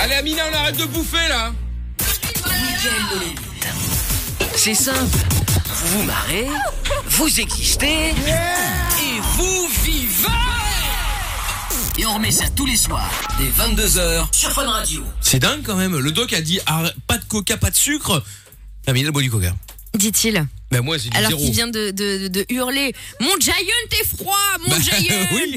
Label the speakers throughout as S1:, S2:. S1: Allez Amina, on arrête de bouffer là
S2: C'est simple. Vous vous marrez, vous existez et vous vivez. Et on remet ça tous les soirs dès 22h sur Fun Radio.
S1: C'est dingue quand même, le doc a dit arrête, pas de coca, pas de sucre. Amina boit du coca.
S3: Dit-il.
S1: Ben moi c'est du
S3: Alors
S1: zéro.
S3: qu'il vient de, de- de hurler Mon Giant est froid Mon
S1: Bah,
S3: Giant
S1: oui.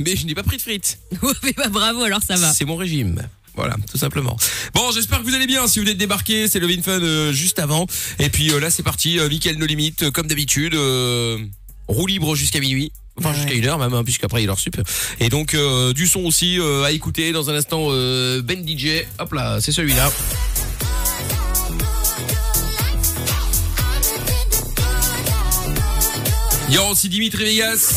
S1: Mais je n'ai pas pris de frites.
S3: Oui, bah, Bravo, alors ça va.
S1: C'est mon régime. Voilà, tout simplement. Bon, j'espère que vous allez bien. Si vous êtes débarqué, c'est le VinFun euh, juste avant. Et puis euh, là, c'est parti. Euh, Mickaël No Limite, euh, comme d'habitude, euh, roue libre jusqu'à minuit. Enfin, jusqu'à une heure même, hein, puisqu'après il est leur sup. Et donc, euh, du son aussi euh, à écouter. Dans un instant, euh, Ben DJ. Hop là, c'est celui-là. Il y aura aussi Dimitri Vegas.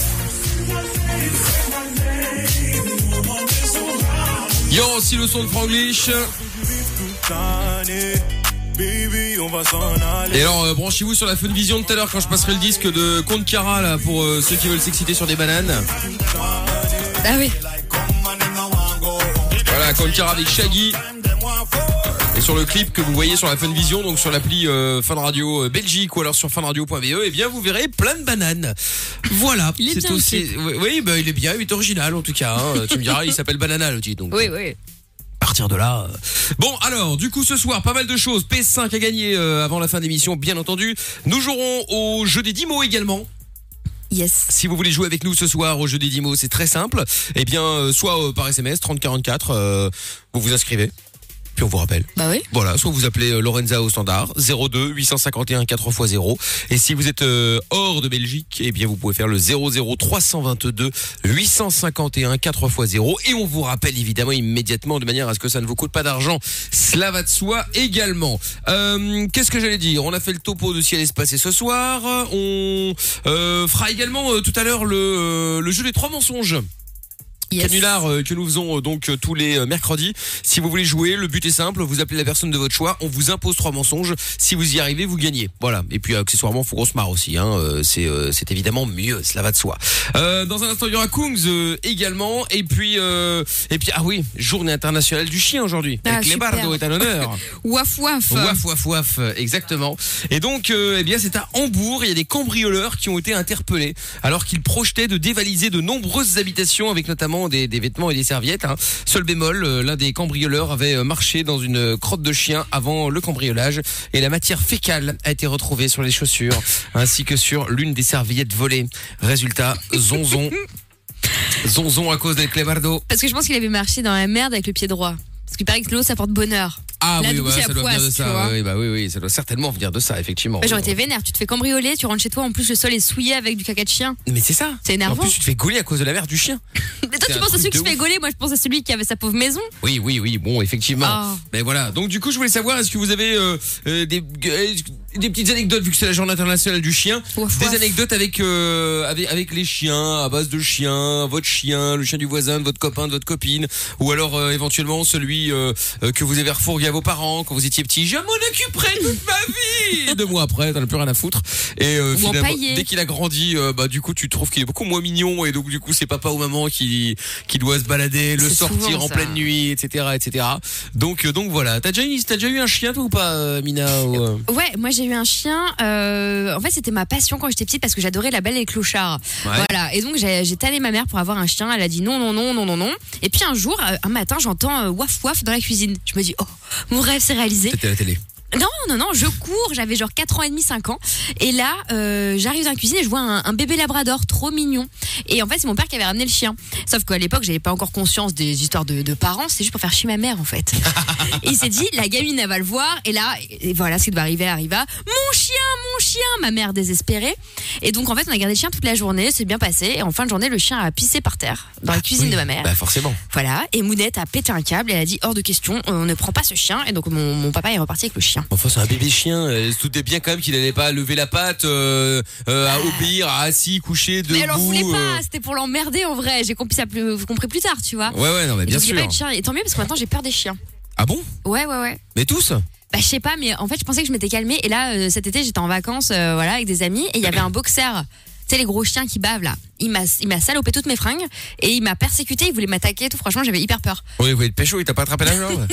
S1: Il y aura aussi le son de Franglish. Et alors euh, branchez-vous sur la Fun Vision de tout à l'heure quand je passerai le disque de Conte Cara là pour euh, ceux qui veulent s'exciter sur des bananes.
S3: Ah oui.
S1: Voilà, Conte Cara avec Shaggy. Et sur le clip que vous voyez sur la Fun Vision, donc sur l'appli euh, Fun Radio euh, Belgique ou alors sur funradio.be, eh bien vous verrez plein de bananes. Voilà,
S3: Il est
S1: c'est
S3: bien,
S1: tout.
S3: le
S1: c'est- Oui, oui, bah, il est bien, il est original en tout cas. hein. tu me diras, il s'appelle Banana le titre. Donc, euh,
S3: Oui, oui.
S1: partir de là. euh. Bon, alors, du coup, ce soir, pas mal de choses. PS5 à gagner euh, avant la fin de l'émission, bien entendu. Nous jouerons au jeu des 10 mots également.
S3: Yes.
S1: Si vous voulez jouer avec nous ce soir au jeu des 10 mots, c'est très simple. Eh bien, euh, soit euh, par SMS 3044, euh, vous vous inscrivez, puis on vous rappelle.
S3: Bah oui.
S1: Voilà, soit vous appelez euh, Lorenza au standard 02 851 4x0 et si vous êtes euh, hors de Belgique, eh bien vous pouvez faire le 00 322 851 4x0 et on vous rappelle évidemment immédiatement de manière à ce que ça ne vous coûte pas d'argent. Cela va de soi également. Euh, qu'est-ce que j'allais dire On a fait le topo de ce qui allait se passer ce soir, on euh, fera également euh, tout à l'heure le euh, le jeu des trois mensonges
S3: yes.
S1: canular euh, que nous faisons euh, donc euh, tous les euh, mercredis. Si vous voulez jouer, le but est simple, vous appelez la personne de votre choix, on vous impose trois mensonges, si vous y arrivez, vous gagnez. Voilà, et puis euh, accessoirement, faut qu'on se marre aussi, hein. euh, c'est euh, c'est évidemment mieux, cela va de soi. Euh, dans un instant, il y aura Kungs euh, également, et puis, euh, et puis ah oui, journée internationale du chien aujourd'hui,
S3: Ah,
S1: avec les
S3: super.
S1: bardos est un honneur.
S3: Waf waf.
S1: Waf, waf, waf, euh, exactement. Et donc, euh, eh bien, c'est à Hambourg. Il y a des cambrioleurs qui ont été interpellés alors qu'ils projetaient de dévaliser de nombreuses habitations avec notamment des, des vêtements et des serviettes. hein. Seul bémol, euh, l'un des cambrioleurs avait euh, marché dans une euh, crotte de chien avant le cambriolage et la matière fécale a été retrouvée sur les chaussures ainsi que sur l'une des serviettes volées. Résultat, zonzon. zonzon à cause des clébardo.
S3: Parce que je pense qu'il avait marché dans la merde avec le pied droit. Parce qu'il paraît que l'eau, ça porte bonheur.
S1: Ah
S3: Là,
S1: oui,
S3: du coup,
S1: ouais,
S3: c'est
S1: ça
S3: la
S1: doit venir de
S3: poisse, tu
S1: ça.
S3: vois.
S1: Oui, bah oui, oui, ça doit certainement venir de ça, effectivement.
S3: Ouais, J'aurais été vénère. Tu te fais cambrioler, tu rentres chez toi. En plus, le sol est souillé avec du caca de chien.
S1: Mais c'est ça.
S3: C'est énervant.
S1: En plus, tu te fais gauler à cause de la merde du chien.
S3: Mais toi,
S1: C'est
S3: tu
S1: un
S3: penses à
S1: truc
S3: celui
S1: de
S3: qui se fait
S1: ouf.
S3: gauler. Moi, je pense à celui qui avait sa pauvre maison.
S1: Oui, oui, oui. Bon, effectivement.
S3: Ah.
S1: Mais voilà. Donc, du coup, je voulais savoir, est-ce que vous avez euh, euh, des, euh, des petites anecdotes, vu que c'est la journée internationale du chien
S3: Ouaf,
S1: Des
S3: ouaf.
S1: anecdotes avec, euh, avec, avec les chiens, à base de chiens, votre chien, le chien du voisin, de votre copain, de votre copine, ou alors euh, éventuellement celui euh, euh, que vous avez refourgué à vos parents quand vous étiez petit. Je m'en occuperai toute ma vie Et Deux mois après, t'en as plus rien à foutre. Et euh,
S3: Ou
S1: finalement,
S3: empaillé.
S1: dès qu'il a grandi, euh, bah, du coup, tu trouves qu'il est beaucoup moins mignon, et donc, du coup, c'est papa ou maman qui, qui doit se balader, le
S3: C'est
S1: sortir
S3: souvent
S1: en
S3: ça.
S1: pleine nuit, etc., etc. Donc, euh, donc voilà. T'as déjà, une- t'as déjà eu un chien, toi, ou pas, euh, Mina ou, euh
S3: Ouais, moi j'ai eu un chien. euh, en fait, c'était ma passion quand j'étais petite parce que j'adorais la belle et le clochard.
S1: Ouais.
S3: Voilà. Et donc j'ai j'ai tanné ma mère pour avoir un chien. Elle a dit non, non, non, non, non, non. Et puis un jour, euh, un matin, j'entends euh, waf waf dans la cuisine. Je me dis oh, mon rêve s'est réalisé.
S1: C'était à la télé.
S3: Non, non, non, je cours. J'avais genre 4 ans et demi, 5 ans. Et là, euh, j'arrive dans la cuisine et je vois un, un bébé labrador trop mignon. Et en fait, c'est mon père qui avait ramené le chien. Sauf qu'à l'époque, j'avais pas encore conscience des histoires de, de parents. C'était juste pour faire chier ma mère, en fait. Et il s'est dit, la gamine, elle va le voir. Et là, et voilà, ce qui doit arriver arriva. Mon chien, mon chien, ma mère désespérée. Et donc, en fait, on a gardé le chien toute la journée. C'est bien passé. Et en fin de journée, le chien a pissé par terre, dans la cuisine
S1: Oui.
S3: de ma mère.
S1: Bah, forcément.
S3: Voilà. Et Mounette a pété un câble. Elle a dit, hors de question, on ne prend pas ce chien. Et donc, mon, mon papa est reparti avec le chien.
S1: Enfin, c'est un bébé chien. Elle se doutait bien quand même qu'il allait pas lever la patte, euh, euh, à obéir, à assis, couché, debout.
S3: Ah. Mais elle en voulait pas,
S1: euh.
S3: c'était pour l'emmerder en vrai. J'ai compris ça plus, compris plus tard, tu vois.
S1: Ouais, ouais, non, mais
S3: Et
S1: bien
S3: donc, j'ai pas
S1: sûr.
S3: eu de chien. Et tant mieux parce que maintenant j'ai peur des chiens.
S1: Ah bon
S3: Ouais, ouais, ouais.
S1: Mais tous
S3: Bah, je sais pas, mais en fait, je pensais que je m'étais calmée. Et là, euh, cet été, j'étais en vacances, euh, voilà, avec des amis, et il y avait un boxer. sais, les gros chiens qui bavent là. Il m'a, il m'a salopé toutes mes fringues et il m'a persécuté. Il voulait m'attaquer et tout. Franchement, j'avais hyper peur.
S1: Oui, oui, le pécho, il t'a pas attrapé la jambe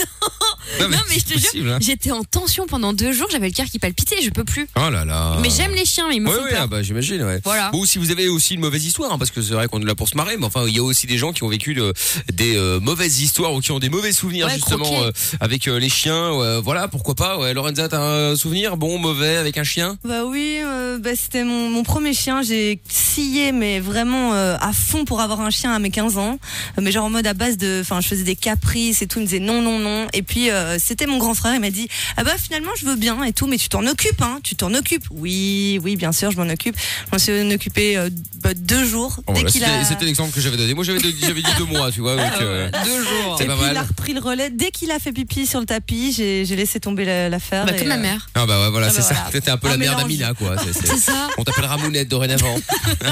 S1: Non,
S3: non, mais je
S1: c'est
S3: te
S1: possible,
S3: jure,
S1: hein.
S3: j'étais en tension pendant deux jours. J'avais le cœur qui palpitait. Je peux plus.
S1: Oh là là.
S3: Mais j'aime les chiens, mais ils me
S1: Oui,
S3: font
S1: oui,
S3: peur.
S1: ah bah, j'imagine, ouais.
S3: Voilà.
S1: Ou si vous avez aussi une mauvaise histoire, hein, parce que c'est vrai qu'on est là pour se marrer, mais enfin, il y a aussi des gens qui ont vécu de- des euh, mauvaises histoires ou qui ont des mauvais souvenirs,
S3: Ouais,
S1: justement,
S3: croqués.
S1: euh, avec euh, les chiens. ouais, voilà, pourquoi pas. Ouais. Lorenza, t'as un souvenir bon, mauvais, avec un chien
S4: Bah oui, euh, bah c'était mon, mon premier chien. J'ai scié, mais vraiment euh, à fond pour avoir un chien à mes 15 ans. Euh, Mais genre en mode à base de. Enfin, je faisais des caprices et tout. Il me disait non, non, non. Et puis euh, c'était mon grand frère. Il m'a dit Ah bah finalement, je veux bien et tout, mais tu t'en occupes, hein. Tu t'en occupes. Oui, oui, bien sûr, je m'en occupe. Je m'en suis occupée euh, bah, deux jours.
S1: Oh,
S4: dès
S1: voilà,
S4: qu'il a. Ah
S1: C'était c'était l'exemple que j'avais donné. Moi, j'avais j'avais dit deux mois, tu vois. Donc, euh,
S2: Deux jours.
S1: c'est
S4: Et
S1: pas
S4: puis il a
S1: mal.
S4: repris le relais. Dès qu'il a fait pipi sur le tapis, j'ai j'ai laissé tomber la- l'affaire.
S3: Bah,
S4: et,
S3: comme ma
S4: euh,
S3: mère.
S1: Ah bah ouais, voilà,
S4: Ah
S1: c'est
S4: bah
S1: ça.
S4: voilà.
S1: T'étais un peu
S4: Un
S1: la mère
S4: mélange.
S1: d'Amina, quoi. c'est- c'est-
S3: C'est ça.
S1: On t'appelle Ramounette dorénavant.
S4: euh,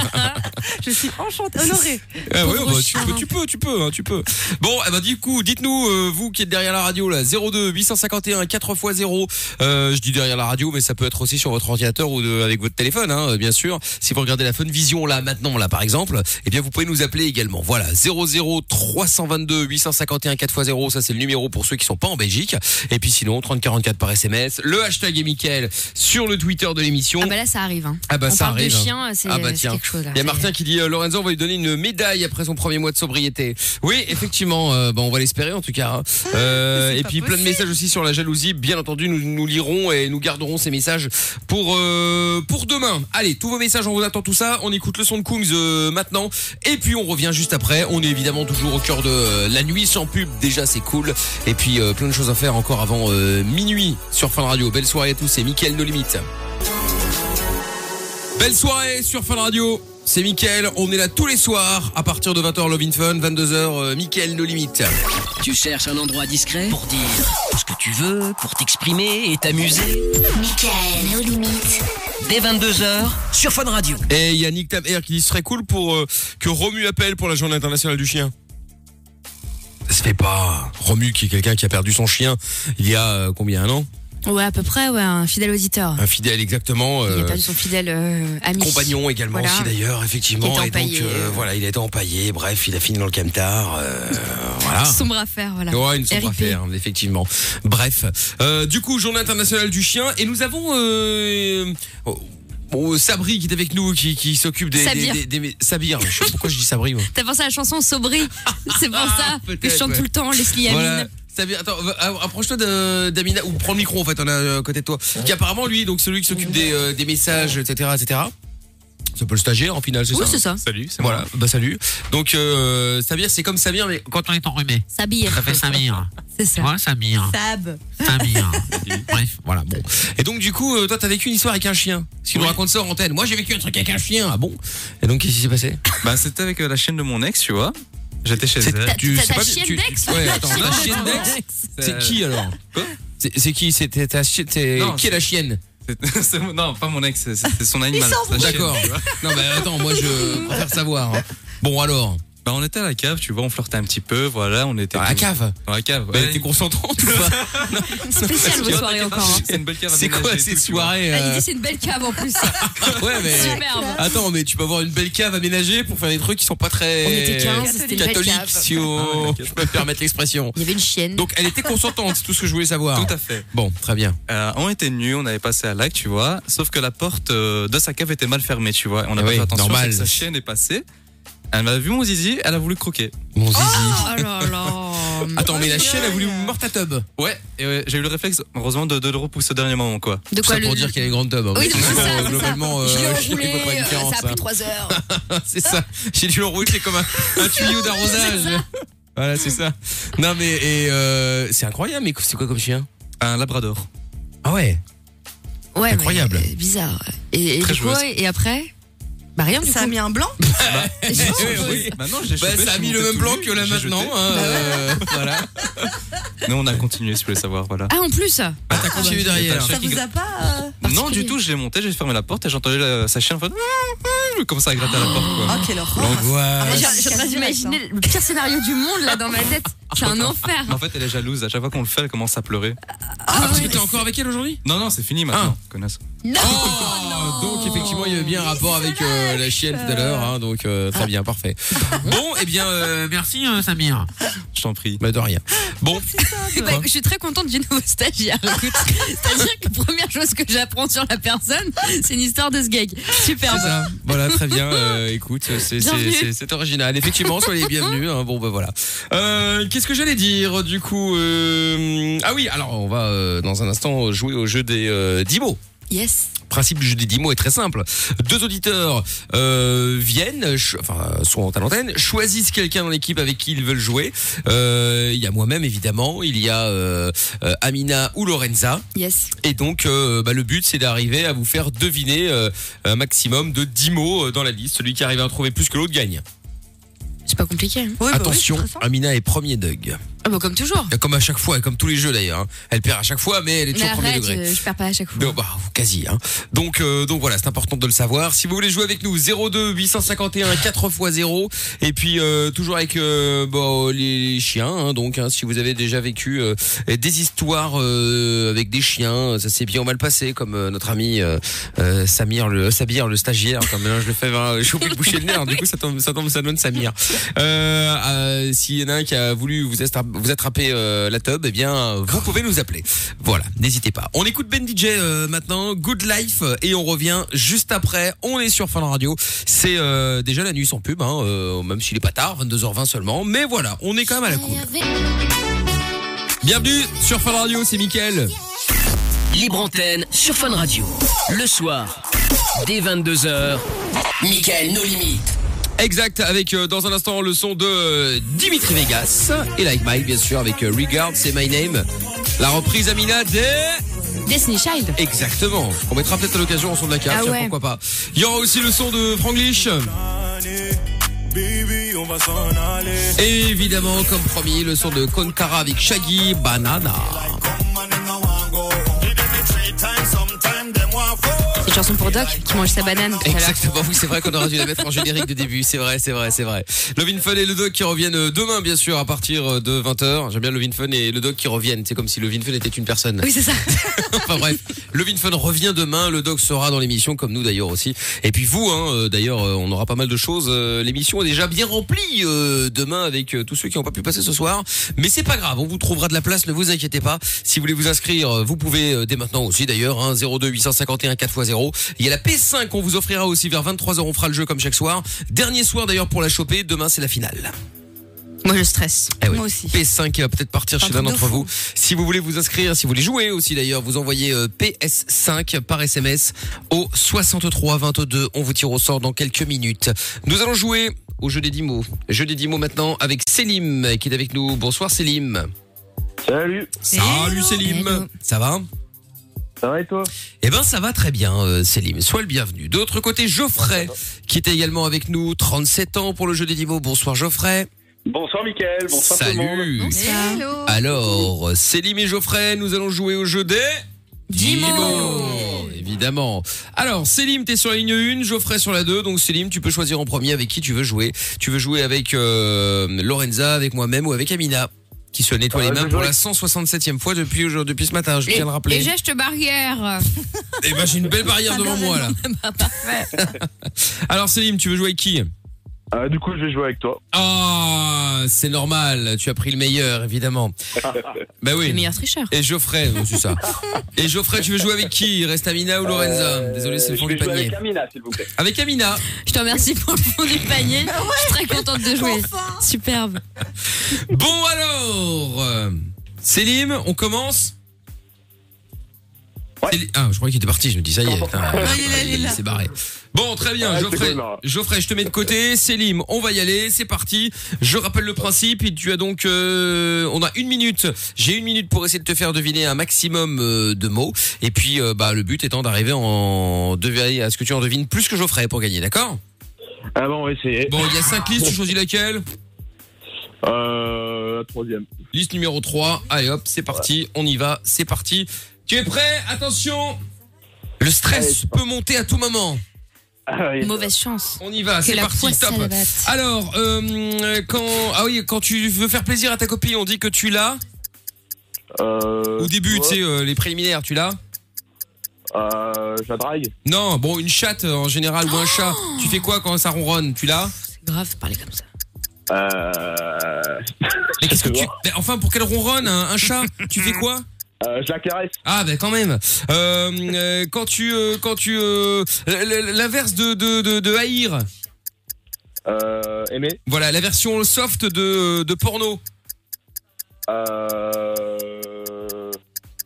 S4: Je suis enchantée, honorée.
S1: Ah oui,
S3: Pauvre
S1: bah, tu
S3: chien.
S1: peux, tu peux, tu peux, hein, tu peux. Bon, eh ben, du coup, dites-nous, euh, vous qui êtes derrière la radio, là, 02 851 4 x 0. Euh, je dis derrière la radio, mais ça peut être aussi sur votre ordinateur ou de- avec votre téléphone, hein, euh, bien sûr. Si vous regardez la Fun Vision là maintenant, là par exemple, eh bien vous pouvez nous appeler également. Voilà, 00 322 851 4 x 0. Ça c'est le numéro pour ceux qui sont pas en Belgique. Et puis sinon 3044 par SMS. Le hashtag est Mickaël sur le Twitter de l'émission.
S3: Ah bah là, ça arrive. hein.
S1: Ah bah,
S3: On
S1: ça
S3: parle
S1: arrive,
S3: de
S1: hein.
S3: chiens, c'est euh,
S1: Ah bah
S3: c'est
S1: tiens.
S3: quelque chose.
S1: Il
S3: là.
S1: y a
S3: C'est-
S1: Martin qui dit euh, Lorenzo, on va lui donner une médaille après son premier mois de sobriété. Oui, effectivement, euh, bon, on va l'espérer en tout cas. hein. Euh,
S4: mais c'est
S1: et
S4: pas
S1: puis plein de
S4: possible.
S1: messages aussi sur la jalousie. Bien entendu, nous, nous lirons et nous garderons ces messages pour euh, pour demain. Allez, tous vos messages, on vous attend tout ça. On écoute le son de Kungs euh, maintenant, et puis on revient juste après. On est évidemment toujours au cœur de euh, la nuit sans pub. Déjà, c'est cool. Et puis euh, plein de choses à faire encore avant euh, minuit sur Fun Radio. Belle soirée à tous. C'est Mickaël No Limite. Belle soirée sur Fun Radio. C'est Mickaël, on est là tous les soirs à partir de 20h Love in Fun, 22h euh, Mickaël No Limite.
S2: Tu cherches un endroit discret pour dire ce que tu veux, pour t'exprimer et t'amuser.
S5: Michael, nos limites.
S2: Dès 22h sur Fun Radio.
S1: Et il y a Nick Tab Air qui dit ce serait cool pour euh, que Romu appelle pour la journée internationale du chien. Ça se fait pas. Romu qui est quelqu'un qui a perdu son chien il y a euh, combien un an
S3: Ouais, à peu près, ouais, un fidèle auditeur.
S1: Un fidèle exactement.
S3: Il
S1: euh,
S3: a perdu son fidèle euh, ami.
S1: Compagnon également
S3: Voilà.
S1: aussi d'ailleurs effectivement
S3: Il était
S1: et donc
S3: empaillé.
S1: euh, voilà il a été empaillé bref il a fini dans le camtar euh, voilà
S3: Sombre affaire, voilà.
S1: Ouais, une sombre
S3: RIP.
S1: affaire, effectivement. Bref, Euh, du coup, journée internationale du chien, et nous avons euh, oh, oh, Sabri qui est avec nous, qui, qui s'occupe des,
S3: Sabir.
S1: des- des- des- Sabir. Je sais pas pourquoi je dis Sabri moi.
S3: T'as pensé à la chanson Sobri C'est pour ça que je
S1: Ah, peut-être,
S3: chante
S1: ouais.
S3: tout le temps Leslie Amine.
S1: Voilà. Sabir, attends, va- ah, approche-toi de- d'Amina ou prends le micro en fait, on a euh, à côté de toi. Qui apparemment lui, donc celui qui s'occupe des, euh, des messages, etc., etc. Ça peut le stagiaire en final, c'est
S3: Oui,
S1: ça.
S3: c'est ça.
S6: Salut, c'est
S1: Voilà, bah salut. Donc euh, Sabir, c'est comme Sabir, mais
S7: Quand on est enrhumé,
S3: Sabir,
S7: ça fait Samir.
S3: c'est ça.
S7: Voilà, Samir.
S4: Sab.
S7: Samir. Bref, voilà, bon.
S1: Et donc du coup, euh, toi, t'as vécu une histoire avec un chien. Si nous
S7: Oui.
S1: raconte ça en antenne. Moi, j'ai vécu un truc avec un chien. Ah bon Et donc, qu'est-ce qui s'est passé
S6: Bah, c'était avec euh, la chaîne de mon ex, tu vois. J'étais chez
S1: C'est-
S6: elle.
S3: T'as
S1: tu-
S3: t'as
S1: c'est
S3: ta
S1: pas-
S3: chienne
S1: tu-
S3: d'ex
S1: ouais, attends,
S3: Ta
S1: la chienne d'ex C'est
S6: Euh,
S1: qui alors
S6: Quoi
S1: C'est c'est qui C'était ta chienne
S6: Non,
S1: Qui est la chienne
S6: c'est- c'est- Non, pas mon ex, c'est- c'est son animal. sa chienne,
S1: D'accord.
S6: tu vois.
S1: Non, mais attends, moi, je préfère savoir. hein. Bon, alors,
S6: Bah, on était à la cave, tu vois, on flirtait un petit peu, voilà, on était.
S1: à la cave.
S6: Dans la cave.
S1: Bah,
S6: ouais.
S1: t'es concentrante ou pas
S3: Spécial vos soirées encore. hein.
S6: C'est une belle cave à
S1: C'est quoi
S6: ménager et
S1: ces
S6: tout, tu vois.
S1: soirées
S3: Ah, il
S1: euh,
S3: dit c'est une belle cave en plus.
S1: Ouais, mais.
S3: Superbe.
S1: Attends, mais tu peux avoir une belle cave aménagée pour faire des trucs qui sont pas très.
S3: On était 15, c'était une belle
S1: Catholiques,
S3: cave.
S1: si
S6: Ah
S1: on- je peux me permettre l'expression.
S3: Il y avait une chienne.
S1: Donc, elle était consentante, c'est tout ce que je voulais savoir.
S6: Tout à fait.
S1: Bon, très bien.
S6: Euh, on était nus, on avait passé à l'acte, tu vois. Sauf que la porte euh, de sa cave était mal fermée, tu vois. On a
S1: Eh
S6: pas
S1: oui,
S6: fait attention.
S1: normal.
S6: c'est que Sa chienne est passée. Elle m'a vu mon zizi, elle a voulu croquer.
S1: Mon zizi.
S3: Oh là là.
S1: Attends, mais la chienne a voulu mordre ta tub.
S6: Ouais, et ouais, j'ai eu le réflexe, heureusement, de, de le repousser au dernier moment, quoi.
S3: De
S1: Tout ça
S3: quoi le.
S1: pour dire qu'elle est grande tub. hein.
S3: Oui, c'est ça, c'est ça.
S1: globalement, euh,
S3: Je l'ai
S1: je sais
S3: enroulé,
S1: pas quoi
S3: euh,
S1: différence,
S3: ça a
S1: hein.
S3: pris 3 heures.
S1: c'est ça. J'ai dû l'enrouler comme un, un tuyau d'arrosage. Voilà, c'est ça. Non, mais et, euh, c'est incroyable, mais c'est quoi comme chien
S6: Un labrador.
S1: Ah ouais
S3: Ouais, mais,
S1: Incroyable.
S3: euh, bizarre. Et, et
S6: Très
S3: du coup,
S6: joueuse.
S3: et après Bah rien du
S4: Ça a
S3: coup.
S4: mis un blanc
S1: oui.
S6: Eh Maintenant, j'ai
S3: Oh,
S1: Bah,
S6: chopé, je
S1: ça a
S6: suis
S1: mis le
S6: monté
S1: même
S6: tout
S1: blanc
S6: nu,
S3: Ah
S1: que là
S6: j'ai
S1: maintenant.
S6: jeté.
S1: hein, euh, voilà.
S6: Nous, on a continué, si vous voulez savoir, voilà.
S3: Ah, en plus
S1: Ah, t'as continué derrière.
S4: Ça vous a pas euh,
S6: Non,
S3: particulier.
S6: du tout, je l'ai monté, j'ai fermé la porte et j'ai entendu la- sa chienne en fait. Comme ça, à gratter à la porte, quoi.
S1: Ah,
S4: Oh, quelle horreur
S1: L'angoisse.
S3: J'ai- J'ai
S4: Casse-tête,
S3: imaginé le pire scénario du monde là dans ma tête. C'est un enfer.
S6: Mais En fait, elle est jalouse. À chaque fois qu'on le fait, elle commence à pleurer.
S1: Ah, parce que t'es encore avec elle aujourd'hui
S6: Non, non, c'est fini maintenant.
S1: Ah.
S6: Connasse.
S1: Oh, donc effectivement il y avait bien un rapport avec euh, la chienne tout à l'heure, hein, donc euh,
S3: Ah.
S1: très bien, parfait. Bon, et bien, euh,
S7: Euh, merci euh, Samir.
S6: Je t'en prie.
S1: bah, de rien. Bon,
S3: Bah, je suis très contente du nouveau stagiaire. écoute. C'est-à-dire que première chose que j'apprends sur la personne, c'est une histoire de ce gag. Superbe.
S1: c'est ça. Voilà, très bien. euh, écoute, c'est- c'est-
S3: Bienvenue.
S1: c'est c'est original. Effectivement, soyez les bienvenus. hein, bon, bah voilà. Euh, Qu'est-ce que j'allais dire du coup euh, Ah oui, alors on va euh, dans un instant jouer au jeu des euh, 10 mots.
S3: Yes.
S1: Le principe du jeu des 10 mots est très simple. Deux auditeurs euh, viennent, cho- enfin, sont à l'antenne, choisissent quelqu'un dans l'équipe avec qui ils veulent jouer. Euh, il y a moi-même, évidemment, il y a euh, euh, Amina ou Lorenza.
S3: Yes.
S1: Et donc, euh, bah, le but, c'est d'arriver à vous faire deviner euh, un maximum de 10 mots euh, dans la liste. Celui qui arrive à en trouver plus que l'autre gagne.
S3: C'est pas compliqué. hein.
S4: Oui, bah oui,
S1: Attention,
S4: c'est très simple.
S1: Amina est premier Doug.
S3: Ah, bah, comme toujours.
S1: Et Comme à chaque fois, et comme tous les jeux d'ailleurs. hein. Elle perd à chaque fois, mais elle est
S3: Mais
S1: toujours premier
S3: arrête,
S1: degré.
S3: euh, je perds pas à chaque fois.
S1: Non, bah, quasi. Hein. Donc, euh, donc voilà, c'est important de le savoir. Si vous voulez jouer avec nous, 02 851 4 x 0. Et puis euh, toujours avec euh, bon, les chiens. hein, donc, hein, si vous avez déjà vécu euh, des histoires euh, avec des chiens, ça s'est bien ou mal passé, comme euh, notre ami euh, euh, Samir, le Sabir, le stagiaire. Comme euh, je le fais, hein, j'ai oublié de boucher le nerf. Du coup, ça tombe, ça tombe, ça donne Samir. Euh, euh, S'il y en a un qui a voulu vous, attra- vous attraper euh, la tub, eh bien, vous pouvez nous appeler. Voilà, n'hésitez pas. On écoute Ben DJ euh, maintenant, Good Life, euh, et on revient juste après. On est sur Fin Radio. C'est euh, déjà la nuit sans pub, hein, euh, même s'il est pas tard, 22h20 seulement. Mais voilà, on est quand même à la cool. Bienvenue sur Fin Radio, c'est Mickaël.
S2: Libre antenne sur Fun Radio. Le soir, dès 22h, Michael No Limites.
S1: Exact, avec euh, dans un instant le son de euh, Dimitri Vegas et Like Mike, bien sûr, avec euh, Regard, c'est My Name. La reprise Amina des...
S3: Destiny Child.
S1: Exactement. On mettra peut-être à l'occasion en son de la carte,
S3: Ah
S1: tiens,
S3: ouais.
S1: pourquoi pas. Il y aura aussi le son de Franglish. Et évidemment, comme promis, le son de Konkara avec Shaggy Banana.
S3: C'est une chanson pour Doc qui mange sa banane tout à l'heure.
S1: Exactement, oui, c'est vrai qu'on aurait dû la mettre en générique de début. C'est vrai, c'est vrai, c'est vrai. Lovin Fun et le Doc qui reviennent euh, demain, bien sûr, à partir euh, de 20h. J'aime bien Lovin Fun et le Doc qui reviennent. C'est comme si Lovin Fun était une personne.
S3: Oui, c'est ça.
S1: enfin bref, le Vin Fun revient demain, le doc sera dans l'émission comme nous d'ailleurs aussi. Et puis vous, hein, euh, d'ailleurs, euh, on aura pas mal de choses. euh, L'émission est déjà bien remplie euh, demain avec euh, tous ceux qui n'ont pas pu passer ce soir. Mais c'est pas grave, on vous trouvera de la place, ne vous inquiétez pas. Si vous voulez vous inscrire, euh, vous pouvez euh, dès maintenant aussi d'ailleurs, hein, 02 851 4x0. Il y a la PS5 qu'on vous offrira aussi vers 23h, on fera le jeu comme chaque soir. Dernier soir d'ailleurs pour la choper, demain c'est la finale.
S3: Moi, je stresse.
S1: Eh oui.
S4: Moi aussi.
S1: PS5 qui va peut-être partir
S4: Un
S1: chez l'un
S4: truc de
S1: d'entre
S4: fou.
S1: vous. Si vous voulez vous inscrire, si vous voulez jouer aussi d'ailleurs, vous envoyez euh, PS5 par SMS au 63 22. On vous tire au sort dans quelques minutes. Nous allons jouer au jeu des 10 mots. Jeu des 10 mots maintenant avec Selim qui est avec nous. Bonsoir Selim.
S8: Salut,
S1: Salut Selim.
S3: Hello.
S1: Ça va
S8: ça va et toi
S1: Eh ben ça va très bien euh, Selim. Sois le bienvenu. De l'autre côté Geoffrey qui était également avec nous. 37 ans pour le jeu des 10 mots. Bonsoir Geoffrey.
S8: Bonsoir Mickaël, bonsoir tout le monde.
S1: Salut.
S4: Hello.
S1: Alors, Célim et Geoffrey, nous allons jouer au jeu des... Dimo Évidemment. Alors, Célim, t'es sur la ligne 1, Geoffrey sur la 2. Donc, Célim, tu peux choisir en premier avec qui tu veux jouer. Tu veux jouer avec euh, Lorenza, avec moi-même ou avec Amina, qui se nettoie
S8: Euh,
S1: les
S8: je
S1: mains
S8: vais
S1: pour
S8: jouer-
S1: la 167e fois depuis, aujourd'hui- depuis ce matin. Je tiens à le rappeler.
S3: Et geste barrière.
S1: Eh ben, j'ai une belle barrière devant moi, là.
S3: bah,
S1: Alors, Célim, tu veux jouer avec qui
S8: Ah, du coup, je vais jouer avec toi.
S1: Ah, c'est normal. Tu as pris le meilleur, évidemment. ben oui.
S3: Le meilleur tricheur.
S1: Et Geoffrey, non, c'est ça. Et Geoffrey, tu veux jouer avec qui Reste Amina ou Lorenza
S8: Euh,
S1: Désolé, c'est le fond
S8: je
S1: du
S8: vais jouer
S1: panier.
S8: avec Amina, s'il vous plaît.
S1: Avec Amina.
S3: Je te remercie pour le fond du panier. Je suis très contente de jouer. Superbe.
S1: Bon alors euh, Célim, on commence
S8: Ouais.
S1: Célim- Ah, je croyais qu'il était parti, je me dis ça y est. putain,
S4: il est là, il est là.
S1: s'est barré. Bon, très bien,
S8: Ouais, c'est
S1: Geoffrey,
S8: cool, hein. là.
S1: Geoffrey, je te mets de côté. Célim, on va y aller, c'est parti. Je rappelle le principe, et tu as donc... euh, on a une minute, j'ai une minute pour essayer de te faire deviner un maximum euh, de mots. Et puis, euh, bah, le but étant d'arriver en... de- à ce que tu en devines plus que Geoffrey pour gagner, d'accord
S8: Ah bon, on va essayer.
S1: Bon, il y a cinq listes, tu choisis laquelle
S8: Euh, la troisième.
S1: Liste numéro 3. Allez hop, c'est parti, on y va, c'est parti. Tu es prêt Attention Le
S8: Allez,
S1: stress
S8: c'est
S1: peut monter à tout moment.
S8: Ah, oui.
S3: Mauvaise chance.
S1: On y va,
S3: Que
S1: c'est
S3: la
S1: parti,
S3: poisse
S1: top.
S3: à la batte.
S1: Alors, euh, quand ah oui, quand tu veux faire plaisir à ta copine, on dit que tu l'as.
S8: Euh,
S1: Au début,
S8: ouais.
S1: tu sais, euh, les préliminaires, tu l'as.
S8: Euh, je la drague.
S1: Non, bon, une chatte euh, en général ou un chat.
S3: Oh
S1: Tu fais quoi quand ça ronronne Tu l'as
S3: C'est grave de parler comme ça.
S8: Euh,
S1: Mais qu'est-ce que
S8: sais
S1: tu Mais enfin, pour qu'elle ronronne, hein, un, un chat, tu fais quoi
S8: euh, je la caresse.
S1: Ah ben quand même. Euh, euh, quand tu euh, quand tu euh, l- l- l'inverse de de de, de haïr.
S8: Euh, aimer.
S1: Voilà, la version soft de de porno.
S8: Euh,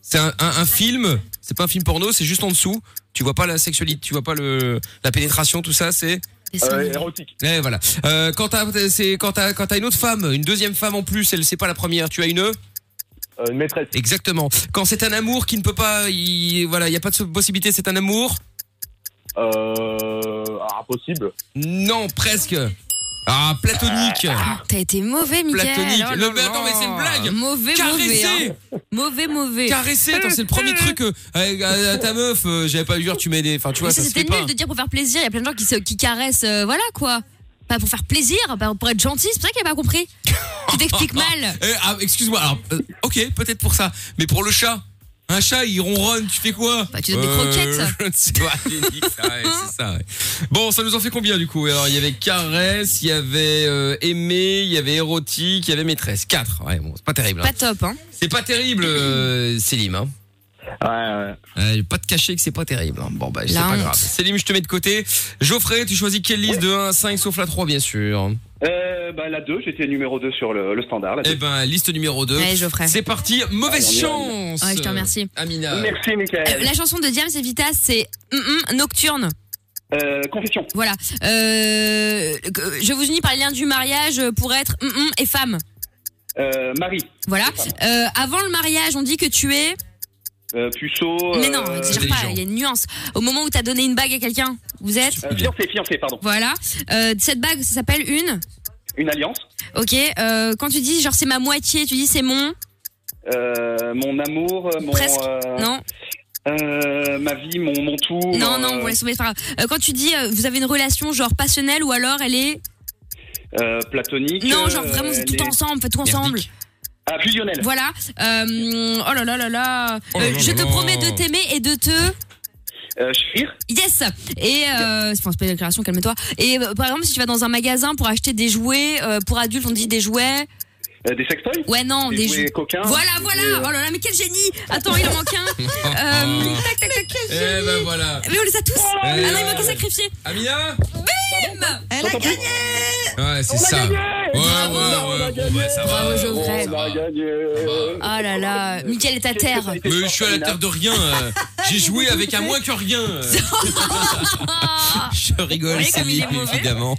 S1: C'est un, un, un film. C'est pas un film porno, c'est juste en dessous. Tu vois pas la sexualité, tu vois pas le la pénétration, tout ça. C'est
S3: Descends.
S8: euh, érotique.
S1: Eh, voilà. Euh, quand t'as c'est quand t'as quand t'as une autre femme, une deuxième femme en plus, elle c'est pas la première. Tu as une
S8: Euh, une maîtresse.
S1: exactement. Quand c'est un amour qui ne peut pas, il, voilà, il y a pas de possibilité. C'est un amour.
S8: Euh, ah, possible.
S1: Non, presque. Ah, platonique.
S3: T'as été mauvais, Mickaël.
S1: Platonique.
S3: Oh là
S1: Le- mais
S3: là.
S1: attends, mais c'est une blague.
S3: Mauvais, mauvais.
S1: Caresser.
S3: hein. Mauvais, mauvais.
S1: Caresser, attends, c'est le premier truc euh, avec- à, à ta meuf. euh, J'avais pas vu, genre, tu mets des. Enfin, tu vois,
S3: Mais
S1: ça,
S3: ça,
S1: se fait
S3: c'était
S1: pas.
S3: nul de dire pour faire plaisir. Il y a plein de gens qui, se, qui caressent, euh, voilà quoi. Pas pour faire plaisir, pas pour être gentil. C'est pour ça qu'il a pas compris. tu t'expliques mal.
S1: Eh, ah, excuse-moi. Alors, euh, ok, peut-être pour ça. Mais pour le chat, un chat, il ronronne. Tu fais quoi Euh,
S3: Bah, tu donnes des croquettes.
S1: Je ne sais pas. J'ai dit que ça, ouais, c'est ça, ouais. Bon, ça nous en fait combien du coup Alors, il y avait caresse, il y avait euh, aimé, il y avait érotique, il y avait maîtresse. Quatre. Ouais, bon, c'est pas terrible. hein.
S3: Pas top, hein.
S1: C'est pas terrible, euh, Célim. Hein.
S8: Ouais, ouais.
S1: Euh, pas de cacher que c'est pas terrible. hein. Bon, bah, c'est
S3: La
S1: pas
S3: honte.
S1: grave. Célim, je te mets de côté. Geoffrey, tu choisis quelle liste de 1 à 5 sauf la 3, bien sûr.
S8: Euh, bah, la 2, j'étais numéro 2 sur le, le standard. la
S1: Eh
S8: deux.
S1: ben, liste numéro 2.
S3: Allez, Geoffrey.
S1: C'est parti, mauvaise
S8: Allez, on
S1: chance.
S3: Ouais, je te remercie.
S1: Amina.
S8: Merci,
S3: Euh,
S8: Michael.
S3: la chanson de Diams et Vita, c'est Hum, hum, Nocturne.
S8: Euh, confession.
S3: Voilà. Euh, que- je vous unis par les liens du mariage pour être Hum, hum et femme.
S8: Euh, Marie.
S3: Voilà. Euh, avant le mariage, on dit que tu es.
S8: Euh, puceau.
S3: Mais non,
S8: euh,
S3: exagère pas,
S1: intelligent.
S3: il y a une nuance. Au moment où t'as donné une bague à quelqu'un, vous êtes.
S8: euh, fiancé, fiancé, pardon.
S3: Voilà. Euh, cette bague, ça s'appelle une.
S8: Une alliance.
S3: Ok. Euh, quand tu dis genre c'est ma moitié, tu dis c'est mon.
S8: Euh, mon amour, euh, mon.
S3: Presque.
S8: euh,
S3: Non,
S8: euh, ma vie, mon, mon tout.
S3: non,
S8: euh,
S3: non, vous laissez tomber, c'est pas grave. Euh, quand tu dis euh, vous avez une relation genre passionnelle ou alors elle est.
S8: euh, platonique.
S3: Non,
S8: euh,
S3: genre vraiment c'est tout
S8: les-
S3: ensemble, faites tout ensemble.
S1: Merdique.
S8: Ah, fusionnel.
S3: Voilà. Euh, oh là là là là.
S1: Oh là
S3: Euh,
S1: là
S3: je
S1: là
S3: te
S1: là.
S3: promets de t'aimer et de te.
S8: Euh, Shrir.
S3: Yes Et euh, enfin, c'est pas une déclaration, calme-toi. Et euh, par exemple, si tu vas dans un magasin pour acheter des jouets euh, pour adultes, on dit des jouets.
S8: Euh, des sextoys.
S3: Ouais, non, des,
S8: des
S3: jouets.
S8: jouets coquins. Euh,
S3: Voilà,
S8: des
S3: voilà.
S8: jouets-
S3: Oh là là, mais quel génie Attends, il en manque un. Euh, tac, tac, tac, quel
S1: Eh
S3: génie
S1: ben voilà.
S3: Mais on les a tous. Ah non, il manquait sacrifié.
S8: euh,
S1: Amina
S3: Bim
S4: Elle a gagné
S1: Ouais, c'est ça. Ouais,
S3: Bravo.
S1: ouais, ouais, bon, bah, ça va.
S3: Bravo,
S1: Ça
S3: Geoffrey.
S1: va.
S8: On a gagné.
S3: Oh là là, Mickaël est à terre.
S1: Mais je suis à la terre de rien. euh. J'ai joué avec un moins que rien. euh.
S3: Ah,
S1: Je rigole,
S3: Vous voyez comme il est
S1: Céline,
S3: mauvais
S1: évidemment.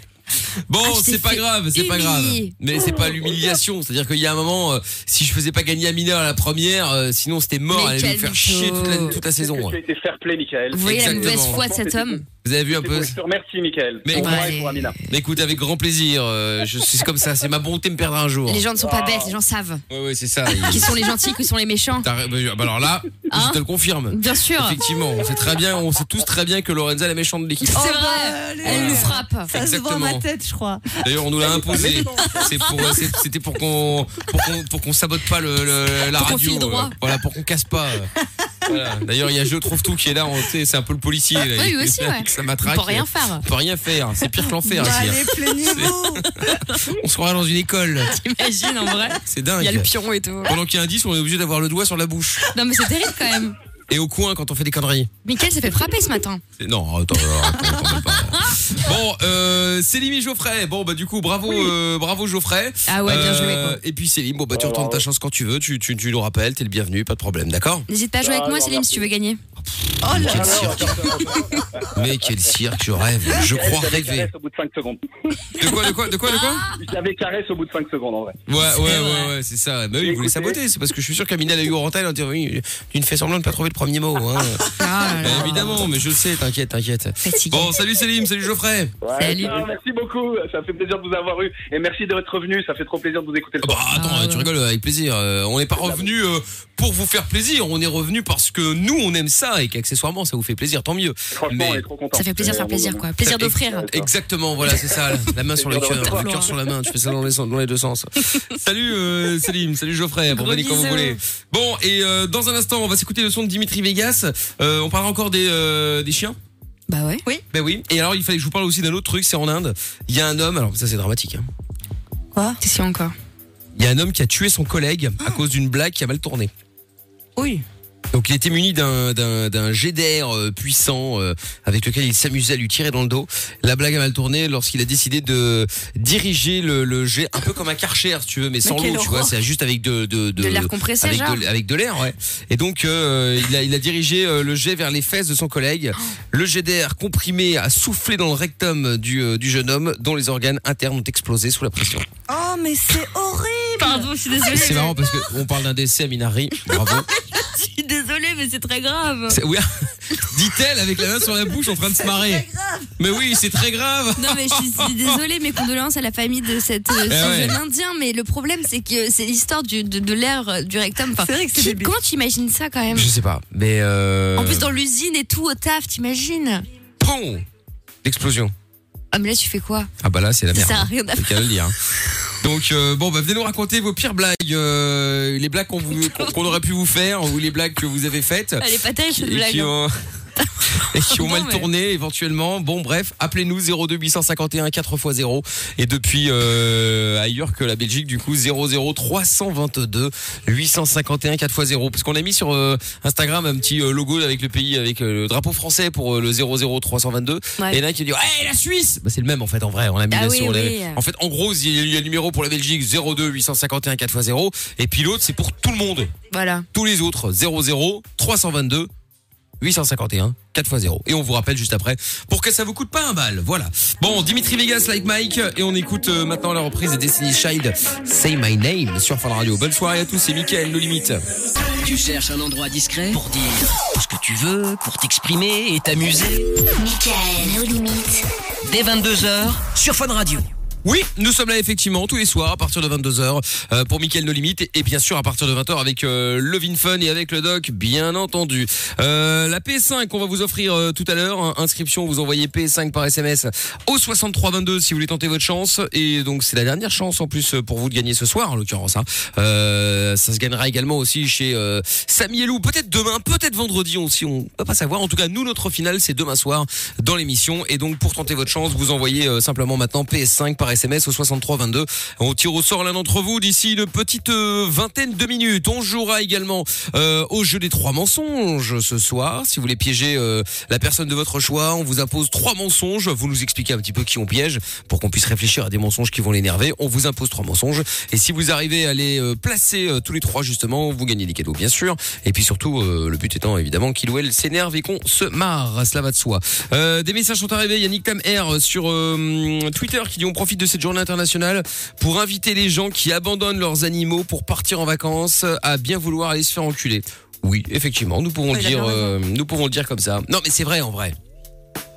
S1: Bon,
S3: Ah, je t'ai
S1: c'est pas
S3: fait
S1: grave, c'est pas grave.
S3: humilier. Oh.
S1: Mais c'est pas l'humiliation. C'est-à-dire qu'il y a un moment, euh, si je faisais pas gagner Amina à la première, euh, sinon c'était mort.
S3: Mais
S1: Elle allait
S3: quel
S1: nous faire chier toute la,
S3: mytho.
S1: toute la saison.
S8: Tu as
S1: hein.
S8: été fair play, Michael.
S3: vous voyez la
S1: Exactement.
S3: mauvaise foi de cet homme
S1: Vous avez vu un
S8: C'est
S1: peu
S8: pour- Je te remercie, Michael.
S1: Mais-
S8: pour
S3: Ouais,
S8: moi et
S3: les-
S8: pour Amina.
S1: Mais Écoute, avec grand plaisir. euh, je suis comme ça. C'est ma bonté de me perdre un jour.
S3: Les gens ne sont pas bêtes, les gens savent
S1: Ouais, ouais, c'est ça.
S3: qui sont les gentils, qui sont les méchants.
S1: T'as ra- bah, bah, alors là,
S3: Hein
S1: je te le confirme.
S3: Bien sûr.
S1: Effectivement, on sait très bien, on sait tous très bien que Lorenza est la méchante de l'équipe.
S3: C'est
S4: Oh, bah,
S3: vrai,
S4: allez.
S3: elle nous frappe.
S4: Ça se voit à
S1: Exactement.
S4: ma tête, je crois.
S1: D'ailleurs, on nous l'a imposé. C'est pour, euh, c'est- c'était pour qu'on, pour qu'on, pour qu'on sabote pas le, le- la
S3: Pour qu'on
S1: radio.
S3: file droit.
S1: voilà, pour qu'on casse pas. euh. Voilà. D'ailleurs, il y a Je trouve tout qui est là. on- tu sais, C'est un peu le policier. Là,
S3: Oui,
S1: Il-
S3: lui aussi, ouais.
S1: avec sa
S3: On
S1: matraque.
S3: peut rien faire.
S1: On peut rien faire. C'est pire que l'enfer.
S4: Bah,
S1: ici, hein.
S4: allez, plaignez-vous
S1: On se croirait dans une école.
S3: Imagine en vrai.
S1: C'est
S3: Il y a le
S1: dingue.
S3: pion et tout.
S1: Pendant qu'il y a un 10, on est obligé d'avoir le doigt sur la bouche.
S3: Non mais c'est terrible quand même.
S1: Et au coin quand on fait des conneries.
S3: Mickaël s'est fait frapper ce matin.
S1: C'est- Non, attends, attends, attends, attends, pas. Bon, euh, Célim et Geoffrey. Bon, bah du coup, bravo, euh, bravo Geoffrey.
S3: Ah ouais, bien joué,
S1: Euh,
S3: quoi.
S1: Et puis Célim, bon bah tu
S8: Ouais,
S1: retournes ta
S8: bravo.
S1: chance quand tu veux. Tu, tu, tu nous rappelles, t'es le bienvenu, pas de problème, d'accord
S3: N'hésite pas à jouer avec
S8: Ah,
S3: moi,
S8: non,
S3: Céline, si
S8: merci.
S3: tu veux gagner.
S4: Oh là
S1: Quel
S4: là.
S1: cirque. Mais quel cirque, je rêve. Je crois
S8: Je l'avais
S1: rêver.
S8: caresse au bout de 5 secondes.
S1: De quoi, de quoi, de quoi, de quoi
S3: Ah,
S8: Je l'avais caresse au bout de 5 secondes en vrai.
S1: Ouais, ouais, ouais, ouais, c'est ça. Bah oui,
S8: J'ai
S1: il voulait
S8: écouté.
S1: saboter. C'est parce que je suis sûr qu'Amina l'a eu au rental en disant Oui, tu ne fais semblant de pas trouver le premier mot. Hein.
S3: Ah
S1: Bah, évidemment, mais je le sais, t'inquiète, t'inquiète.
S3: Fatigué.
S1: Bon, salut Selim, salut Geoffrey.
S3: Salut.
S8: ça, merci beaucoup, ça fait plaisir de vous avoir eu et merci de votre revenu, ça fait trop plaisir de vous écouter le
S1: Bah,
S8: soir.
S1: attends,
S3: Ah, ouais.
S1: tu rigoles, avec plaisir. Euh, on n'est pas revenu euh, pour vous faire plaisir. On est revenu parce que nous, on aime ça et qu'accessoirement, ça vous fait plaisir. Tant mieux.
S8: Franchement,
S1: mais-
S8: on est trop Euh, content.
S3: Ça fait plaisir de faire plaisir, quoi. Plaisir d'offrir.
S1: Exactement, voilà, c'est ça. la- La main sur le cœur, le cœur sur la main. Je fais ça dans les, sens- dans les deux sens. Salut euh, Selim, salut Geoffrey. Bon,
S4: Gros
S1: venez quand vous
S4: bisous.
S1: voulez. Bon, et euh, dans un instant, on va s'écouter le son de Dimitri Vegas. Euh, on parlera encore des, euh, des chiens.
S3: Bah ouais.
S1: Ben oui. Et alors, il fallait que je vous parle aussi d'un autre truc. C'est en Inde. Il y a un homme. Alors ça, c'est dramatique. hein.
S4: Quoi
S3: C'est sûr encore.
S1: Il y a un homme qui a tué son collègue à cause d'une blague qui a mal tourné.
S4: Oui.
S1: Donc il était muni d'un d'un d'un jet d'air euh, puissant euh, avec lequel il s'amusait à lui tirer dans le dos. La blague a mal tourné lorsqu'il a décidé de diriger le, le jet un peu comme un karcher si tu veux mais sans
S4: quelle
S1: l'eau tu vois,
S4: horreur.
S1: c'est juste avec de de
S3: De l'air compressé,
S1: avec
S3: genre.
S1: de, avec de l'air ouais. Et donc euh, il a il a dirigé euh, le jet vers les fesses de son collègue. Le jet d'air comprimé a soufflé dans le rectum du euh, du jeune homme dont les organes internes ont explosé sous la pression.
S4: Oh, mais c'est horrible.
S3: Pardon, je suis désolée.
S1: C'est marrant parce que on parle d'un décès à Minari. Bravo.
S3: Je suis désolée, mais c'est très grave.
S1: C'est- Oui, dit-elle avec la main sur la bouche en train de se marrer. Mais oui, c'est très grave.
S3: Non mais je suis- je suis désolée, mes condoléances à la famille de cette, euh,
S1: Eh
S3: ce
S1: ouais.
S3: jeune indien. Mais le problème, c'est que c'est l'histoire du- de, de l'air euh, du rectum. Enfin,
S4: C'est vrai que c'est
S3: qui-
S4: débile.
S3: comment tu imagines ça quand même
S1: Je sais pas, mais euh...
S3: En plus, dans l'usine et tout, au taf, t'imagines
S1: Pom L'explosion.
S3: Ah mais là, tu fais quoi
S1: Ah bah là, c'est la
S3: Ça
S1: merde.
S3: sert à rien d'avoir
S1: C'est le cas de le dire. hein. Donc euh, bon, bah venez nous raconter vos pires blagues, euh, les blagues qu'on vous- qu'on qu'on aurait pu vous faire ou les blagues que vous avez faites
S3: Elle est pas terrible cette
S1: et
S3: blague. hein.
S1: qui ont, et qui ont
S3: Non,
S1: mal
S3: mais-
S1: tourné éventuellement. Bon bref, appelez-nous 02 851 4x0 et depuis euh, ailleurs que la Belgique du coup 00 322 851 4x0 parce qu'on a mis sur euh, Instagram un petit euh, logo avec le pays avec euh, le drapeau français pour euh, le 00 322
S3: Ouais.
S1: et il y en a qui dit "Eh la Suisse Bah, c'est le même en fait en vrai, on a mis
S3: Ah
S1: là
S3: oui,
S1: sur les-
S3: oui.
S1: en fait en gros, il y a- il y a le numéro pour la Belgique 02 851 4x0 et puis l'autre c'est pour tout le monde
S3: Voilà.
S1: tous les autres 00 322 851 4 x 0 et on vous rappelle juste après pour que ça vous coûte pas un bal voilà bon Dimitri Vegas like Mike et on écoute euh, maintenant la reprise de Destiny Child Say My Name sur Fun Radio bonne soirée à tous c'est Mickaël le limite
S2: Tu cherches un endroit discret pour dire ce que tu veux, pour t'exprimer et t'amuser.
S5: Michael, nos limites.
S2: Dès 22h sur Fun Radio.
S1: Oui, nous sommes là effectivement tous les soirs à partir de 22h euh, pour Mickaël No Limite et, et bien sûr à partir de 20h avec euh, Levin Fun et avec le doc bien entendu. Euh, la PS5 on va vous offrir euh, tout à l'heure hein, inscription vous envoyez PS5 par SMS au 6322 si vous voulez tenter votre chance et donc c'est la dernière chance en plus euh, pour vous de gagner ce soir en l'occurrence hein. Euh, ça se gagnera également aussi chez euh, Samy et Lou peut-être demain peut-être vendredi on si on peut pas savoir en tout cas nous notre finale c'est demain soir dans l'émission. Et donc, pour tenter votre chance, vous envoyez euh, simplement maintenant PS5 par SMS au 6322. On tire au sort l'un d'entre vous d'ici une petite euh, vingtaine de minutes. On jouera également euh, au jeu des trois mensonges ce soir. Si vous voulez piéger euh, la personne de votre choix, on vous impose trois mensonges. Vous nous expliquez un petit peu qui on piège pour qu'on puisse réfléchir à des mensonges qui vont l'énerver. On vous impose trois mensonges. Et si vous arrivez à les euh, placer euh, tous les trois, justement, vous gagnez des cadeaux, bien sûr. Et puis surtout, euh, le but étant évidemment qu'il ou elle s'énerve et qu'on se marre. Cela va de soi. Euh, des messages sont arrivés. Il y a Nick Tam R sur euh, Twitter qui dit on profite de cette journée internationale pour inviter les gens qui abandonnent leurs animaux pour partir en vacances à bien vouloir aller se faire enculer. Oui, effectivement, nous pouvons le
S4: Oh, Il a
S1: dire,
S4: bien raison.
S1: euh, nous pouvons le dire comme ça. Non, mais c'est vrai en vrai.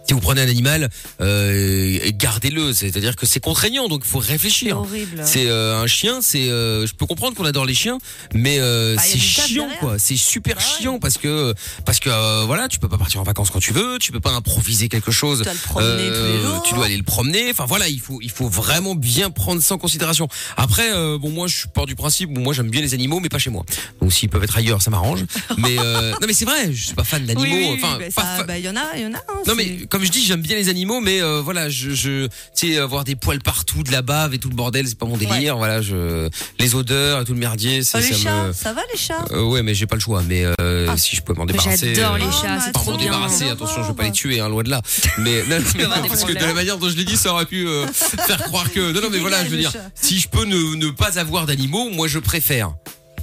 S1: Si vous prenez un animal, euh, gardez-le. C'est-à-dire que c'est contraignant, donc il faut
S4: C'est
S1: réfléchir.
S4: horrible.
S1: C'est euh, un chien, c'est. euh, je peux comprendre qu'on adore les chiens, mais euh,
S4: Bah, y a
S1: c'est
S4: du taf
S1: chiant,
S4: derrière.
S1: quoi. C'est super
S4: Bah ouais.
S1: chiant parce que parce que euh, voilà, tu peux pas partir en vacances quand tu veux, tu peux pas improviser quelque chose.
S4: Tu dois le promener tous les jours.
S1: euh, tu dois aller le promener. Enfin voilà, il faut il faut vraiment bien prendre ça en considération. Après, euh, bon moi je pars du principe, bon, moi j'aime bien les animaux, mais pas chez moi. Donc s'ils peuvent être ailleurs, ça m'arrange. Mais euh, non mais c'est vrai, je suis pas fan d'animaux.
S4: Oui, oui, oui,
S1: enfin
S4: bah,
S1: pas
S4: ça-
S1: fa-
S4: bah, il y en a, il y en a. hein,
S1: non
S4: c'est-
S1: mais comme je dis, j'aime bien les animaux, mais euh, voilà, je, je tu sais avoir des poils partout, de la bave et tout le bordel, c'est pas mon délire. Voilà, je les odeurs et tout le merdier,
S4: Oh,
S1: c'est
S4: les
S1: ça
S4: chats,
S1: me.
S4: ça va les chats
S1: Euh, ouais, mais j'ai pas le choix. Mais euh, si je pouvais m'en débarrasser.
S3: Ah. J'adore
S1: euh,
S3: les
S4: Oh,
S3: chats,
S4: mais
S3: c'est
S1: Pas
S3: trop
S1: m'en
S4: attends,
S3: bien.
S1: débarrasser,
S4: hein.
S1: attention, je veux pas les tuer, hein, loin de là. Mais non, non, mais
S3: avoir des
S1: parce que de
S3: problèmes.
S1: la manière dont je l'ai dit, ça aurait pu euh, faire croire que. Non, non, mais voilà, je veux dire,
S4: Dégage, le chat.
S1: si je peux ne, ne pas avoir d'animaux, moi je préfère.